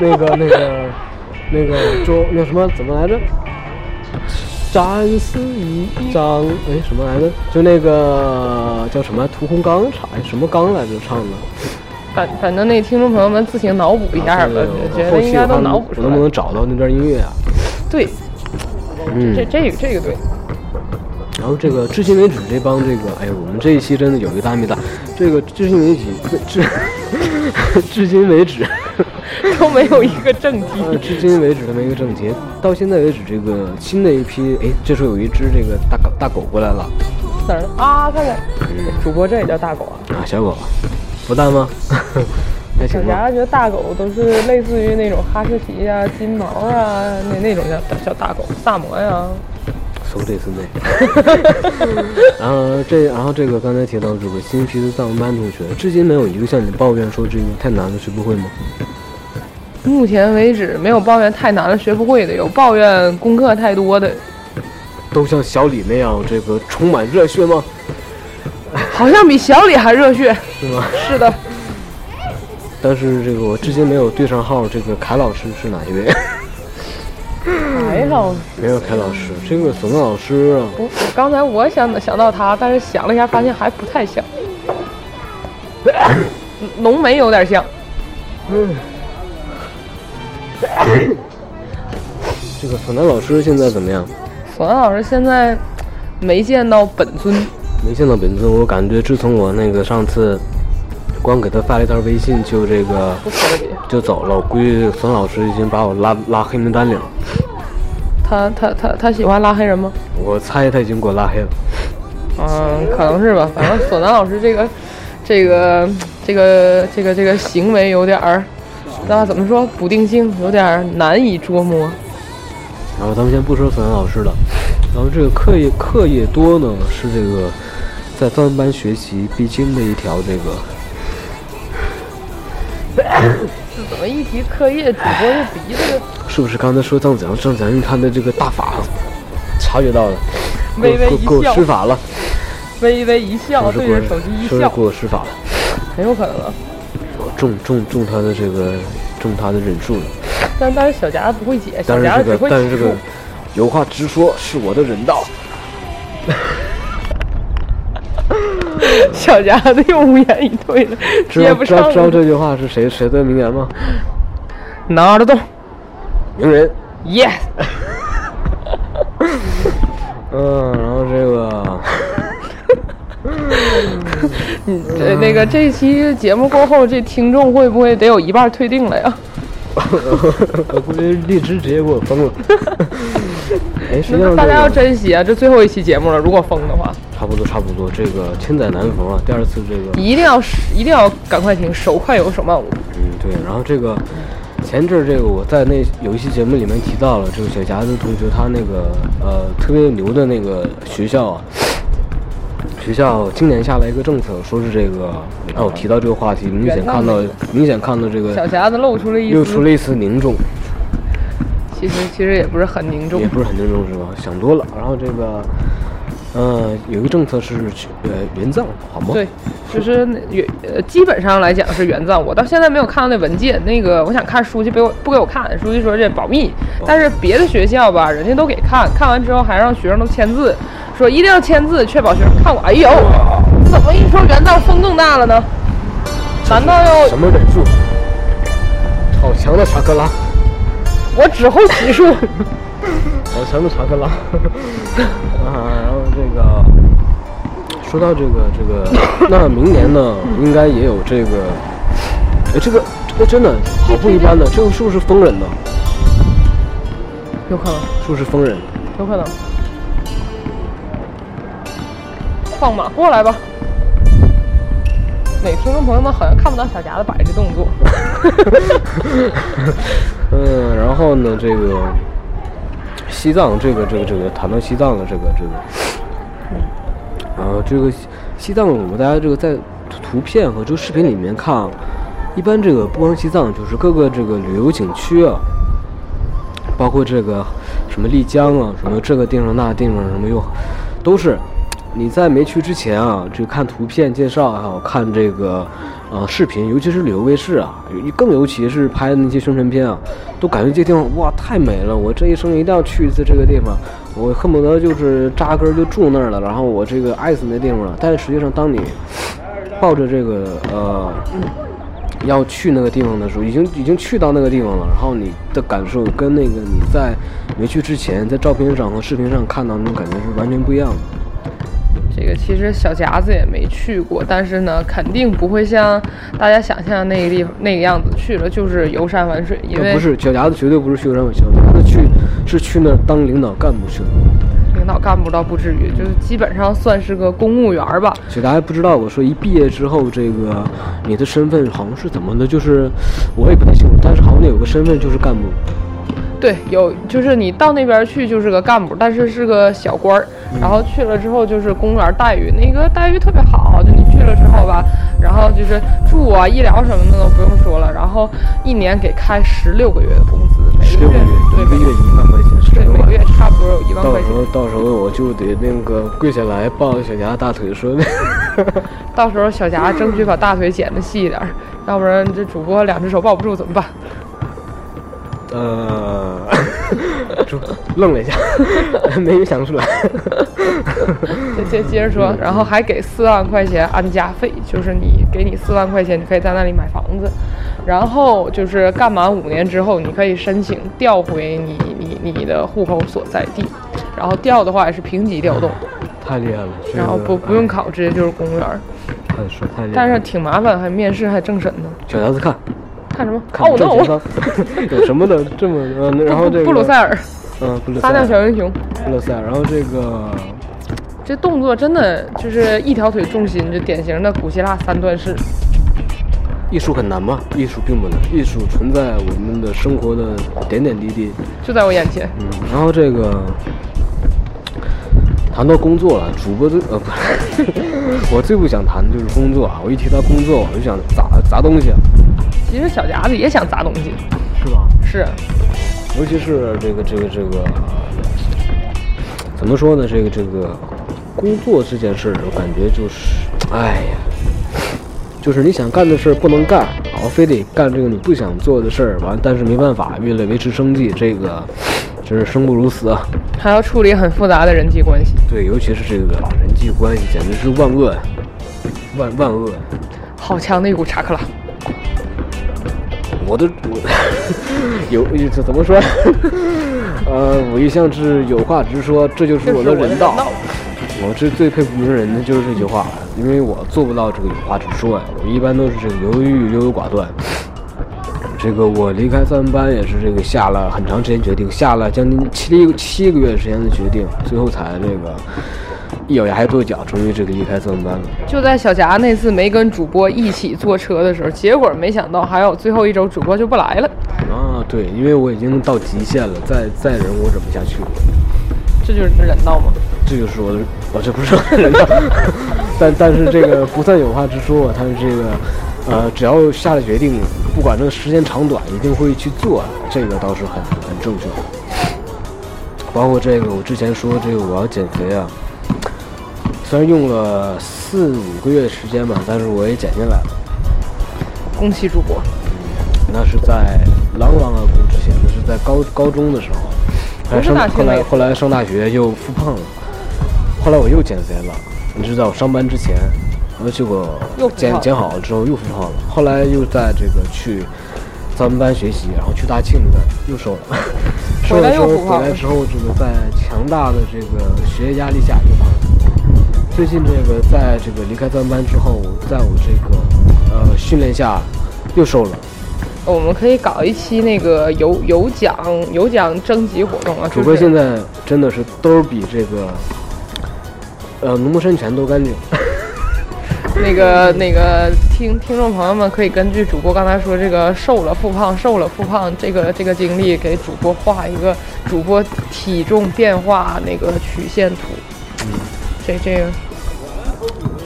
S2: 那个那个那个周那什么怎么来着？詹思怡张哎什么来着？就那个叫什么屠洪刚唱哎什么刚来着唱的？
S3: 反反正那听众朋友们自行脑补一下吧，我觉
S2: 啊后
S3: 得应
S2: 期
S3: 该
S2: 我
S3: 都
S2: 看
S3: 脑补
S2: 我
S3: 出来
S2: 能不
S3: 了。
S2: 能找到那段音乐啊？
S3: 对，
S2: 嗯
S3: 这，这个这个对，
S2: 然后这个至今为止这帮这个，哎呦，我们这一期真的有一搭没搭。这个至今为止，至至今为止，
S3: 都没有一个正题。
S2: 呃，至今为止的没一个正题。到现在为止，这个新的一批，哎，这时候有一只这个大狗大狗过来了
S3: 哪儿呢啊？看看，
S2: 嗯
S3: 主播这也叫大狗啊？
S2: 啊，小狗，不淡吗？ 还
S3: 小
S2: 行吧。
S3: 霞觉得大狗都是类似于那种哈士奇啊、金毛啊，那那种叫小大狗，萨摩呀、
S2: 搜这次内。 然后这，然后这个刚才提到这个新一批的藏文班同学，至今没有一个向你抱怨说这个太难了，学不会吗？
S3: 目前为止没有抱怨太难了学不会的，有抱怨功课太多的，
S2: 都像小李那样这个充满热血吗？
S3: 好像比小李还热血。
S2: 是吗？
S3: 是的，
S2: 但是这个我至今没有对上号，这个凯老师是哪一位？
S3: 还好。
S2: 没有凯老师，这个怂老师啊，
S3: 嗯我我刚才我想想到他，但是想了一下，发现还不 太像。浓眉有点像，
S2: 这个索南老师现在怎么样？
S3: 索南老师现在没见到本尊，
S2: 没见到本尊，我感觉自从我那个上次光给他发了一条微信，就这个
S3: 不可比。
S2: 就走了。我估计索南老师已经把我拉拉黑名单里了，
S3: 他他他他喜欢拉黑人吗？
S2: 我猜他已经给我拉黑了。
S3: 嗯，可能是吧。反正索南老师这个这个这个这个这个行为有点儿，那怎么说不定性，有点儿难以捉摸。
S2: 然后咱们先不说索南老师了，然后这个课业课业多呢，是这个在专门班学习必经的一条这个
S3: 这怎么一提课业，主播就鼻子
S2: 是不是刚才说张子阳？张子阳用他的这个大法察觉到了，给
S3: 微
S2: 我给
S3: 微一
S2: 我给我
S3: 笑
S2: 施法了，
S3: 微微一笑，
S2: 我是
S3: 对
S2: 给我
S3: 着手机一
S2: 说是
S3: 笑
S2: 给，我施法了，
S3: 很有可能啊。
S2: 我中中中他的这个中他的忍术了。
S3: 但但是小霞不会解，
S2: 但
S3: 小
S2: 是
S3: 霞
S2: 这
S3: 只
S2: 个
S3: 会
S2: 但是这
S3: 指
S2: 个
S3: 出
S2: 有话直说是我的人道。
S3: 小霞的又无言以对了，
S2: 知
S3: 接
S2: 道
S3: 不
S2: 知道
S3: 上
S2: 知道
S3: 了。
S2: 这句话是谁谁的名言吗？
S3: 哪儿的动
S2: 名人。
S3: ？Yes，
S2: 嗯，然后这个
S3: 对那个这期节目过后，这听众会不会得有一半退订了呀？
S2: 我估计荔枝直接给我封 了。哎，实际
S3: 那
S2: 上
S3: 大家要
S2: 这个
S3: 珍惜啊，这最后一期节目了，如果封的话，
S2: 差不多差不多，这个千载难逢啊，第二次这个。
S3: 一定要一定要赶快听，手快有手慢无。
S2: 嗯，对。然后这个前阵儿这个我在那有一期节目里面提到了，这个小霞子同学他那个呃特别牛的那个学校啊，学校今年下来一个政策，说是这个让我提到这个话题，明显看到明显看到这
S3: 小
S2: 个
S3: 匣子露出了一
S2: 又出
S3: 丝，
S2: 了一丝凝重，
S3: 其实其实也不是很凝重
S2: 也，不是很凝重是吧？想多了。然后这个。呃，有一个政策是去呃援藏，好吗？
S3: 对，就是那原呃基本上来讲是原藏，我到现在没有看到那文件，那个我想看书记不给我不给我看，书记说这保密，但是别的学校吧，人家都给看，看完之后还让学生都签字，说一定要签字，确保学生看过。哎呦，怎么一说原藏风更大了呢？难道要
S2: 什么忍术？好强的查克拉，
S3: 我只会洗漱？
S2: 好强的查克拉。 啊，然后这个说到这个这个，那明年呢，应该也有这个，哎，这个这个真的好不一般的，这个树是疯人的，
S3: 有可能。
S2: 树是疯人。
S3: 有可能。放马过来吧。哪听众朋友们好像看不到小夹子摆这动作，
S2: 嗯，然后呢，这个西藏，这个这个这个，谈到西藏的这个这个，啊，这个西西藏，我们大家这个在图片和这个视频里面看啊，一般这个不光西藏，就是各个这个旅游景区啊，包括这个什么丽江啊，什么这个地方那地方什么又，都是你在没去之前啊，这个看图片介绍还有看这个呃视频，尤其是旅游卫视啊，更尤其是拍的那些宣传片啊，都感觉这地方哇太美了，我这一生一定要去一次这个地方，我恨不得就是扎根就住那儿了，然后我这个爱死那地方了。但是实际上，当你抱着这个呃要去那个地方的时候，已经已经去到那个地方了，然后你的感受跟那个你在没去之前，在照片上和视频上看到那种感觉是完全不一样的。
S3: 这个其实小夹子也没去过，但是呢，肯定不会像大家想象那个地方那个样子去了就是游山玩水，因
S2: 呃
S3: 为
S2: 不是小夹子，绝对不是去游山玩水，小夹子去是去那儿当领导干部去了。
S3: 领导干部倒不至于，就是基本上算是个公务员儿吧。
S2: 小夹子不知道，我说一毕业之后，这个你的身份好像是怎么的，就是我也不太清楚，但是好像有个身份就是干部。
S3: 对，有就是你到那边去就是个干部，但是是个小官儿，然后去了之后就是公务员待遇，那个待遇特别好，就你去了之后吧，然后就是住啊、医疗什么的都不用说了，然后一年给开十六个月的工资，每
S2: 十
S3: 个
S2: 六个
S3: 月
S2: 月，
S3: 对
S2: 一个
S3: 每
S2: 月一万块钱，十
S3: 对
S2: 六
S3: 每
S2: 万
S3: 个。月差不多有一万
S2: 到
S3: 块
S2: 时
S3: 钱。
S2: 候，到时候我就得那个跪下来抱着小夹子大腿说，
S3: 到时候小霞争取把大腿剪得细一点儿，要不然这主播两只手抱不住怎么办？
S2: 呃， 就愣了一下，没有想出来。
S3: 接接接着
S2: 嗯
S3: 说，然后还给四万块钱安家费，就是你给你四万块钱，你可以在那里买房子，然后就是干满五年之后，你可以申请调回你你你的户口所在地，然后调的话也是平级调动，
S2: 太厉害了，这
S3: 然后
S2: 个
S3: 不不用，考，直接就是公务员儿，
S2: 哎太说太厉害了。
S3: 但是挺哦麻烦，还面试还政审呢。
S2: 小夹子看，
S3: 看什么？
S2: 看
S3: 哦
S2: 正前
S3: no！
S2: 方 有什么的这么呃，那然后这个
S3: 布鲁塞，尔，
S2: 嗯，布鲁塞
S3: 撒
S2: 尔
S3: 尿，小英雄。
S2: 布鲁塞尔，然后这个
S3: 这动作真的就是一条腿重心，就典型的古希腊三段式。
S2: 艺术很难吗？艺术并不难，艺术存在我们的生活的点点滴滴。
S3: 就在我眼前，
S2: 嗯，然后这个谈到工作了，主播最呃不是，我最不 想谈的就是工作啊！我一提到工作，我就想砸砸东西，啊
S3: 其实小夹子也想砸东西，
S2: 是吧？
S3: 是啊
S2: 尤其是这个这个这个，怎么说呢？这个这个工作这件事儿，我感觉就是，哎呀，就是你想干的事儿不能干，然后非得干这个你不想做的事儿，完，但是没办法，为了维持生计，这个真是生不如死啊！
S3: 还要处理很复杂的人际关系。
S2: 对，尤其是这个人际关系，简直是万恶，万万恶。
S3: 好强的一股查克拉，
S2: 我的我 有这怎么说？ 呃，我一向是有话直说，这就是我的人道。我是最佩服名人的就是这句话，因为我做不到这个有话直说呀，我一般都是这个犹豫、优柔寡断。这个我离开三班也是这个下了很长时间决定，下了将近七七个月时间的决定，最后才这个一咬牙一跺脚，终于这个离开三班了。
S3: 就在小夹那次没跟主播一起坐车的时候，结果没想到还有最后一周主播就不来了，
S2: 啊，对，因为我已经到极限了，再再忍我忍不下去了。
S3: 这就是人道吗？
S2: 这就是我的，我这不是我的人道， 但但是这个不算有话直说啊，他是这个，呃，只要下了决定，不管这个时间长短，一定会去做，啊这个倒是很很正确包括这个，我之前说这个我要减肥啊，虽然用了四五个月时间吧，但是我也减下来了。
S3: 恭喜主播，
S2: 那是在朗朗啊姑之前，那是在高高中的时候，后来
S3: 不是大
S2: 上
S3: 学
S2: 后
S3: 那
S2: 来
S3: 个
S2: 后来上大学又复胖了，后来我又减肥了。你知道，我上班之前，我结果
S3: 又复
S2: 减
S3: 胖
S2: 减好了之后又复胖了，后来又在这个去咱们班学习，然后去大庆那儿又瘦了。瘦
S3: 回来
S2: 了之后
S3: 又复胖
S2: 回来之后，这个在强大的这个学业压力下又胖了。最近这个在这个离开咱们班之后，在我这个呃训练下又瘦了。
S3: 哦我们可以搞一期那个有有奖有奖征集活动啊，
S2: 主播
S3: 就是
S2: 现在真的是兜儿比这个，呃，农夫山泉都干净。
S3: 那个那个听听众朋友们可以根据主播刚才说这个瘦了复胖瘦了复胖这个这个经历，给主播画一个主播体重变化那个曲线图。这这个，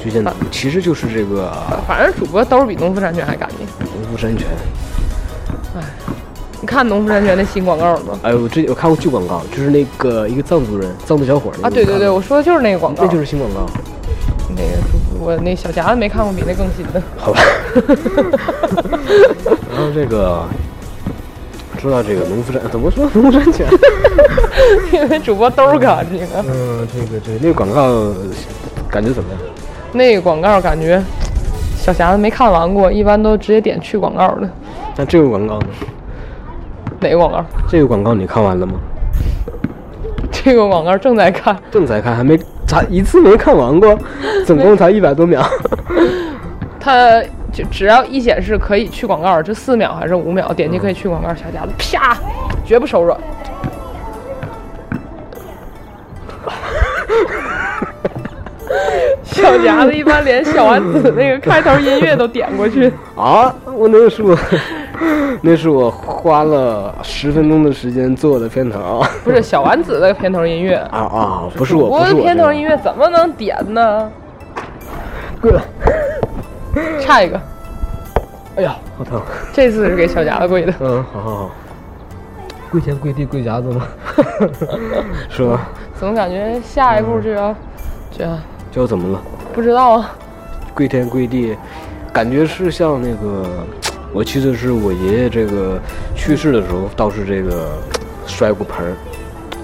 S2: 曲线图
S3: 啊
S2: 其实就是这个
S3: 反正主播兜儿比农夫山泉还干净。
S2: 农夫山泉。
S3: 你看农夫山泉那新广告了吗？
S4: 哎，我之前我看过旧广告，就是那个一个藏族人，藏族小伙儿
S3: 啊，对对对，，我说的就是那个广告，
S4: 那就是新广告，
S3: 那个主播，那小夹子没看过比那更新的。
S4: 好吧？
S2: 然后这个说到这个农夫山，怎么说农夫山泉？
S3: 因为主播兜感你呢。
S2: 嗯，这个这个那个广告感觉怎么样？
S3: 那个广告感觉小匣子没看完过，一般都直接点去广告的。
S2: 那这个广告呢？
S3: 哪个广告？
S2: 这个广告你看完了吗？
S3: 这个广告正在看，
S2: 正在看，还没咋一次没看完过，总共才一百多秒。
S3: 它就只要一显示可以去广告，就四秒还是五秒，点击可以去广告，小匣子啪，绝不手软。 小匣子一般连小丸子那个开头音乐都点过去，
S2: 啊，我那是我， 那是我花了十分钟的时间做的片头 啊
S3: 不是小丸子的片头音乐。
S2: 啊啊！不是我，不
S3: 的
S2: 是我，
S3: 片头音乐怎么能点呢？
S2: 跪了，
S3: 差一个，
S4: 哎呀，
S2: 好疼。
S3: 这次是给小匣子跪的。
S2: 嗯，好好好，
S4: 跪天跪地跪夹子 吗？
S2: 说吧
S3: 怎么感觉下一步就要，这样
S2: 就怎么了？
S3: 不知道啊？
S2: 跪天跪地，感觉是像那个，我记得是我爷爷这个去世的时候，倒是这个摔过盆儿，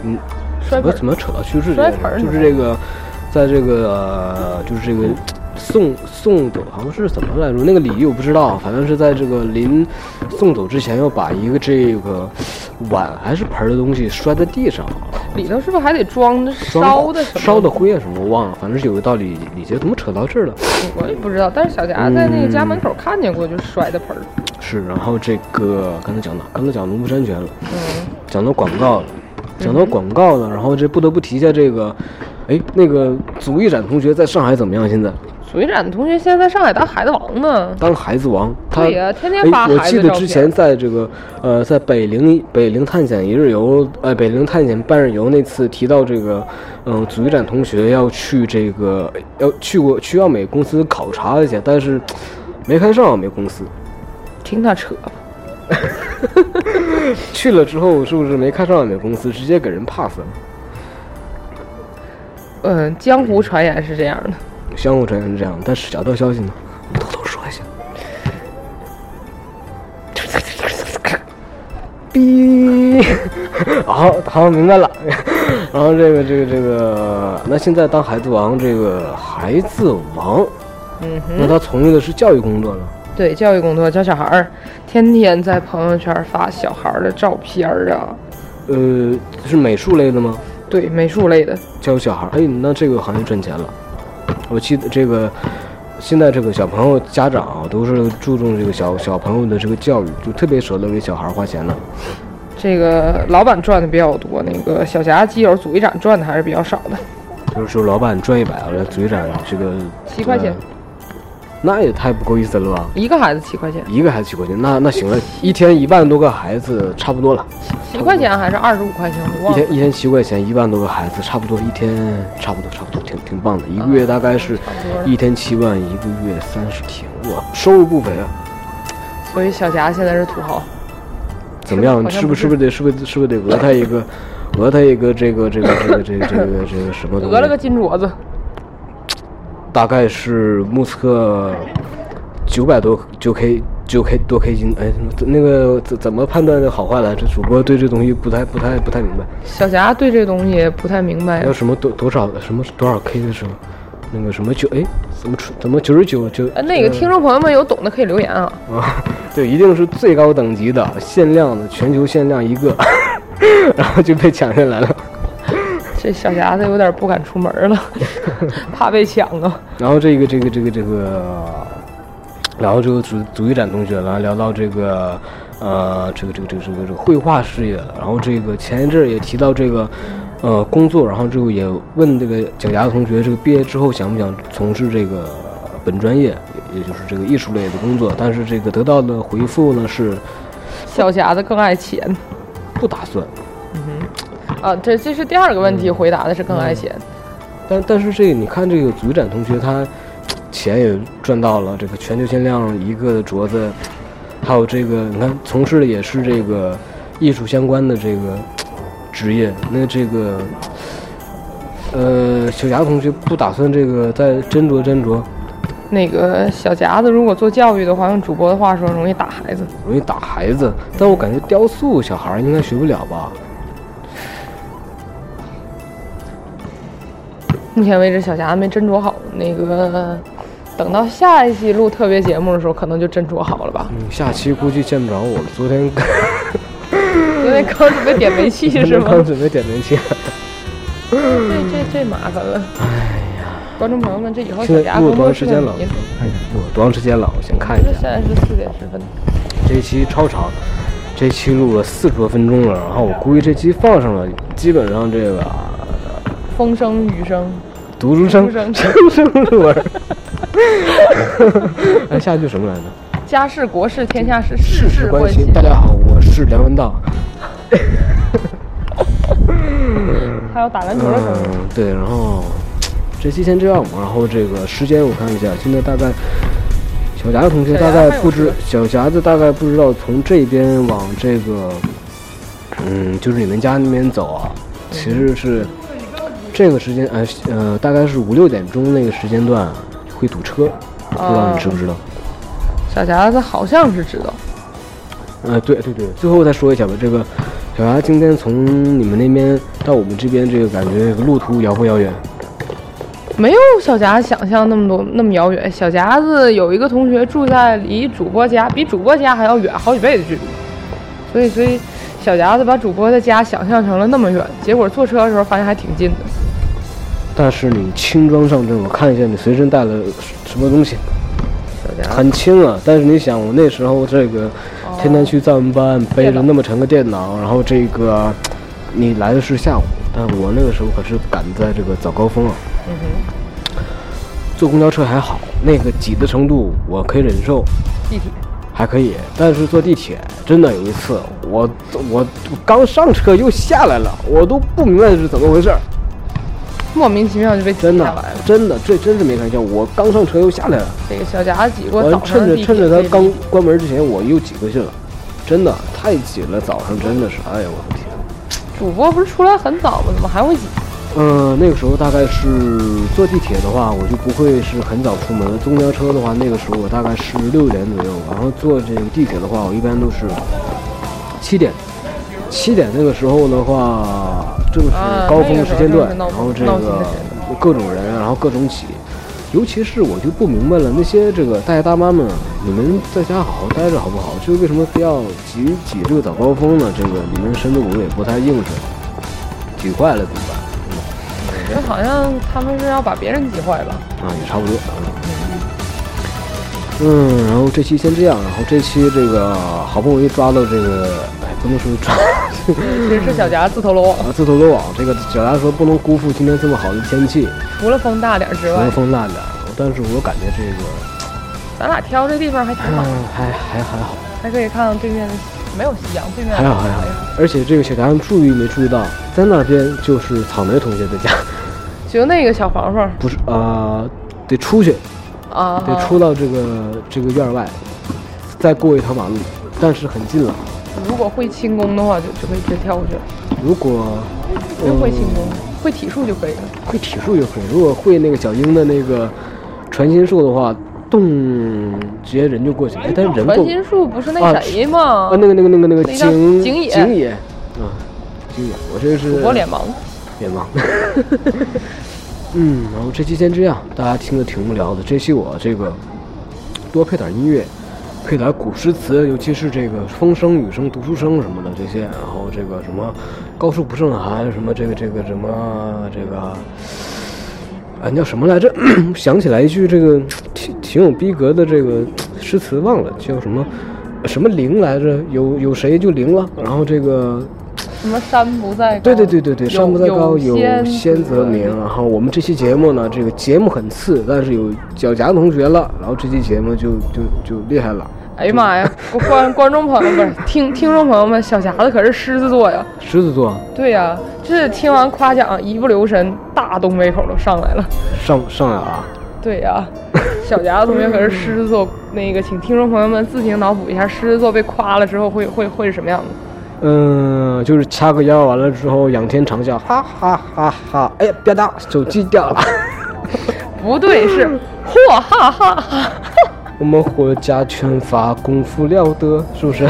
S2: 嗯，
S3: 摔
S2: 怎么
S3: 盆
S2: 怎么扯到去世这
S3: 摔
S2: 件
S3: 盆儿
S2: 事？就是这个，在这个、呃就是这个送送走，好像是怎么来着？那个礼仪我不知道，反正是在这个临送走之前，要把一个这个碗还是盆儿的东西摔在地上，
S3: 里头是不是还得装着
S2: 装
S3: 烧的什么？
S2: 烧的灰啊什么我忘了，反正是有个道理礼节，怎么扯到这儿了？
S3: 我也不知道。但是小霞在那个家门口看见过，就是摔的盆儿。
S2: 是，然后这个刚才讲到，刚才讲农夫山泉了，
S3: 嗯，
S2: 讲到广告了，讲到广告了，然后这不得不提一下这个，哎，那个足一展同学在上海怎么样？现在
S3: 左一展同学现在在上海当孩子王呢。
S2: 当孩子王，他
S3: 对呀天天发
S2: 哎我
S3: 孩
S2: 记
S3: 子
S2: 得
S3: 照
S2: 之
S3: 片
S2: 前在这个呃，在北陵北陵探险一日游，呃，北陵探险半日游那次提到这个，嗯、祖一展同学要去这个要去过去奥美公司考察一下，但是没看上奥美公司。
S3: 听他扯，
S2: 去了之后是不是没看上奥美公司，直接给人 pass 了？
S3: 嗯，江湖传言是这样的。
S2: 相互传言是这样，但是小道消息呢，我们偷偷说一下。哔， 好，好，明白了。 然后这个，这个，这个，那现在当孩子王，这个孩子王，
S3: 嗯哼，
S2: 那他从事的是教育工作呢？
S3: 对，教育工作教小孩儿，天天在朋友圈发小孩儿的照片儿啊。
S2: 呃，是美术类的吗？
S3: 对，美术类的，
S2: 教育小孩儿，哎，那这个行业赚钱了。我记得这个，现在这个小朋友家长啊都是注重这个小小朋友的这个教育，就特别舍得给小孩儿花钱呢。
S3: 这个老板赚的比较多，那个小霞基友组一展赚的还是比较少的。
S2: 就是说老板赚一百，我嘴长这个
S3: 七块钱
S2: 呃那也太不够意思了吧？
S3: 一个孩子七块钱，
S2: 一个孩子七块钱，那那行了，一天一万多个孩子差不多了，
S3: 七块钱还是二十五块钱，我
S2: 一
S3: 忘了。
S2: 天一天七块钱，一万多个孩子差不多，一天差不多差不多，挺挺棒的，一个月大概是一天七万，一个月三十天，哇，收入不菲啊！
S3: 所以小霞现在是土豪，
S2: 怎么样？
S3: 好像
S2: 是不
S3: 不
S2: 是不是得是不是是不是得讹他一个，讹他一个这个这个这个这个这个这个什么东西？
S3: 得了个金镯子，
S2: 大概是目测九百多九 K 九 K 多 K 金，哎，怎么那个怎怎么判断的好坏来着？主播对这东西不太不太不太明白，
S3: 小霞对这东西不太明白
S2: 要。什么多多少什么多少 K 的时候，那个什么九哎，怎么出怎么九十九就
S3: 呃，那个听众朋友们有懂的可以留言啊。
S2: 啊， 对，一定是最高等级的限量的，全球限量一个， 然后就被抢下来了。
S3: 这小霞子有点不敢出门了， 怕被抢啊。
S2: 然后这个这个这个这个，聊这个足足球展同学了，聊到这个呃这个这个这个这个这个绘画事业了，然后这个前一阵儿也提到这个呃工作，然后之后也问这个蒋霞同学，这个毕业之后想不想从事这个本专业，也也就是这个艺术类的工作，但是这个得到的回复呢是
S3: 小霞子更爱钱
S2: 不打算。
S3: 啊，这这是第二个问题，回答的是更爱钱。
S2: 但但是这个你看这个足球展同学他钱也赚到了，这个全球限量一个镯子，还有这个你看从事的也是这个艺术相关的这个职业。那这个呃，小霞同学不打算这个再斟酌斟酌，
S3: 那个小夹子如果做教育的话，用主播的话说，容易打孩子。
S2: 容易打孩子。但我感觉雕塑小孩儿应该学不了吧？
S3: 目前为止，小夹子没斟酌好。那个，等到下一期录特别节目的时候，可能就斟酌好了吧。
S2: 嗯，下期估计见不着我了。昨天
S3: 因为刚准备点煤 气是吗？
S2: 刚准备点名气，
S3: 这这这麻烦了。哎呀，观众朋友们，这以后
S2: 现在
S3: 小夹
S2: 录
S3: 子
S2: 了多
S3: 工作
S2: 长
S3: 室
S2: 时
S3: 的
S2: 间了
S3: 名字
S2: 哎呀，我多长时间了？我先看一
S3: 这
S2: 下
S3: 现。在是四点十分。
S2: 这期超长，这期录了四十多分钟了，然后我估计这期放上了，基本上这个
S3: 风声雨声，
S2: 读书声
S3: 读
S2: 声
S3: 书声
S2: 声入耳。 哎，下一句什么来着？
S3: 家事国事天下事，事事
S2: 关
S3: 心。
S2: 大家好，我是梁文道。
S3: 还有打篮球的声音。
S2: 嗯，对，然后这期先这样吧。然后这个时间我看一下，现在大概小霞同学
S3: 小
S2: 大
S3: 霞
S2: 概
S3: 还有
S2: 不知
S3: 什
S2: 小
S3: 么
S2: 霞子大概不知道从这边往这个嗯，就是你们家那边走啊，其实是这个时间呃呃，大概是五六点钟那个时间段会堵车，不知道你知不知道？
S3: 小夹子好像是知道，嗯
S2: 呃，对对对，最后再说一下吧，这个小霞今天从你们那边到我们这边，这个感觉路途遥不遥远？
S3: 没有小夹子想象那么多那么遥远。小夹子有一个同学住在离主播家比主播家还要远好几倍的距离，所以所以小夹子把主播的家想象成了那么远，结果坐车的时候发现还挺近的。
S2: 但是你轻装上阵，我看一下你随身带了什么东西，
S3: 小夹子
S2: 很轻啊。但是你想，我那时候这个天天去藏文班，背着那么沉个电脑，然后这个你来的是下午，但我那个时候可是赶在这个早高峰啊。坐公交车还好，那个挤的程度我可以忍受，
S3: 地铁
S2: 还可以。但是坐地铁真的有一次，我我我刚上车又下来了，我都不明白是怎么回事儿。
S3: 莫名其妙就被挤
S2: 真
S3: 下来
S2: 的
S3: 了。，
S2: 真的，这真是没开玩笑。我刚上车又下来了，
S3: 这个小夹子挤过
S2: 我
S3: 早上
S2: 趁
S3: 的
S2: 着
S3: 地铁
S2: 趁着
S3: 可
S2: 他
S3: 以
S2: 刚
S3: 理解
S2: 关门之前，我又挤过去了。真的太挤了，早上真的是，哎呀，我的天！
S3: 主播不是出来很早吗？怎么还会挤？
S2: 嗯，那个时候大概是坐地铁的话，我就不会是很早出门；公交车的话，那个时候我大概是六点左右，然后坐这个地铁的话，我一般都是七点。七点那个时候的话，正是
S3: 啊
S2: 高峰的时间段，
S3: 那个时候正是闹
S2: 然后这
S3: 闹心的
S2: 个
S3: 时间
S2: 各种人，啊然后各种挤。尤其是我就不明白了，那些这个大爷大妈们，你们在家好好待着好不好？就是为什么非要挤挤这个早高峰呢？这个你们身子骨也不太硬实，挤坏了怎么办？
S3: 就好像他们是要把别人挤坏了。
S2: 啊，也差不多。嗯，然后这期先这样，然后这期这个好不容易抓到这个，哎，不能说抓，
S3: 其实是小夹子自投罗网，
S2: 啊，自投罗网。这个小达说不能辜负今天这么好的天气，
S3: 除了风大点儿之
S2: 不
S3: 外
S2: 能，风大点儿。但是我感觉这个，
S3: 咱俩挑这地方还挺好，
S2: 嗯，还还还好，
S3: 还可以看到对面的没有夕阳，对面
S2: 还好还好。而且这个小达注意没注意到，在那边就是草莓同学的家，
S3: 就那个小房房
S2: 不是啊、呃得出去，
S3: 啊，
S2: 得出到这个这个院儿外，再过一条马路，但是很近了。
S3: 如果会轻功的话，就就可以直接跳过去了。
S2: 如果嗯
S3: 真会轻功，会体术就可以了。
S2: 会体术就可以，如果会那个小鹰的那个传心术的话，动直接人就过去了。哎但是人
S3: 传
S2: 过
S3: 心术不是那谁吗
S2: 啊，？那个那个那个那个
S3: 那叫
S2: 景
S3: 景野
S2: 景野啊，景野，我这是
S3: 主播脸盲，
S2: 脸盲。 嗯，然后这期先这样，大家听的挺无聊的。这期我这个多配点音乐，配点古诗词，尤其是这个风声、雨声、读书声什么的这些。然后这个什么高处不胜寒，什么这个这个什么这个，啊，你叫什么来着？ 想起来一句这个挺挺有逼格的这个诗词，忘了叫什么什么灵来着？有有谁就灵了。然后这个
S3: 什么山不在高，
S2: 对对对对对，
S3: 有
S2: 山不在高，有
S3: 仙
S2: 仙则名。。然后我们这期节目呢，这个节目很次，但是有小夹同学了，然后这期节目就就就厉害了。
S3: 哎呀妈呀， 观观众朋友们，不是听听众朋友们，小匣子可是狮子座呀。
S2: 狮子座
S3: 对呀、这听完夸奖，一不留神，大东北口都上来了。
S2: 上上来了啊，
S3: 对呀、小夹子同学可是狮子座，那个请听众朋友们自行脑补一下，狮子座被夸了之后会会会是什么样的？
S2: 嗯，就是掐个腰，完了之后仰天长啸，哈哈哈哈！哎呀，啪嗒，手机掉了。
S3: 不对，是
S2: 嗯
S3: 嚯哈哈哈！
S2: 我们国家拳法功夫了得，是不是？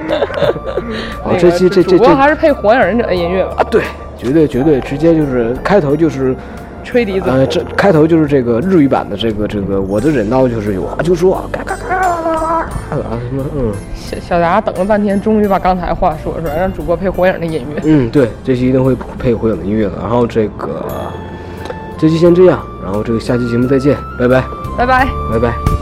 S2: 好，
S3: 那
S2: 哦这
S3: 个
S2: 期这
S3: 主
S2: 这
S3: 播
S2: 这
S3: 还是配火影忍者的音乐吧，
S2: 啊，对，绝对绝对，直接就是开头就是，
S3: 吹笛子。
S2: 呃，这开头就是这个日语版的这个这个，我的忍道就是有啊，就说啊，嘎嘎嘎嘎嘎嘎嘎啊什么，嗯
S3: 小小达等了半天，终于把刚才话说出来，让主播配火影的音乐。
S2: 嗯，对，这期一定会配火影的音乐的。然后这个，这期先这样，然后这个下期节目再见，拜拜，
S3: 拜拜。
S2: 拜拜。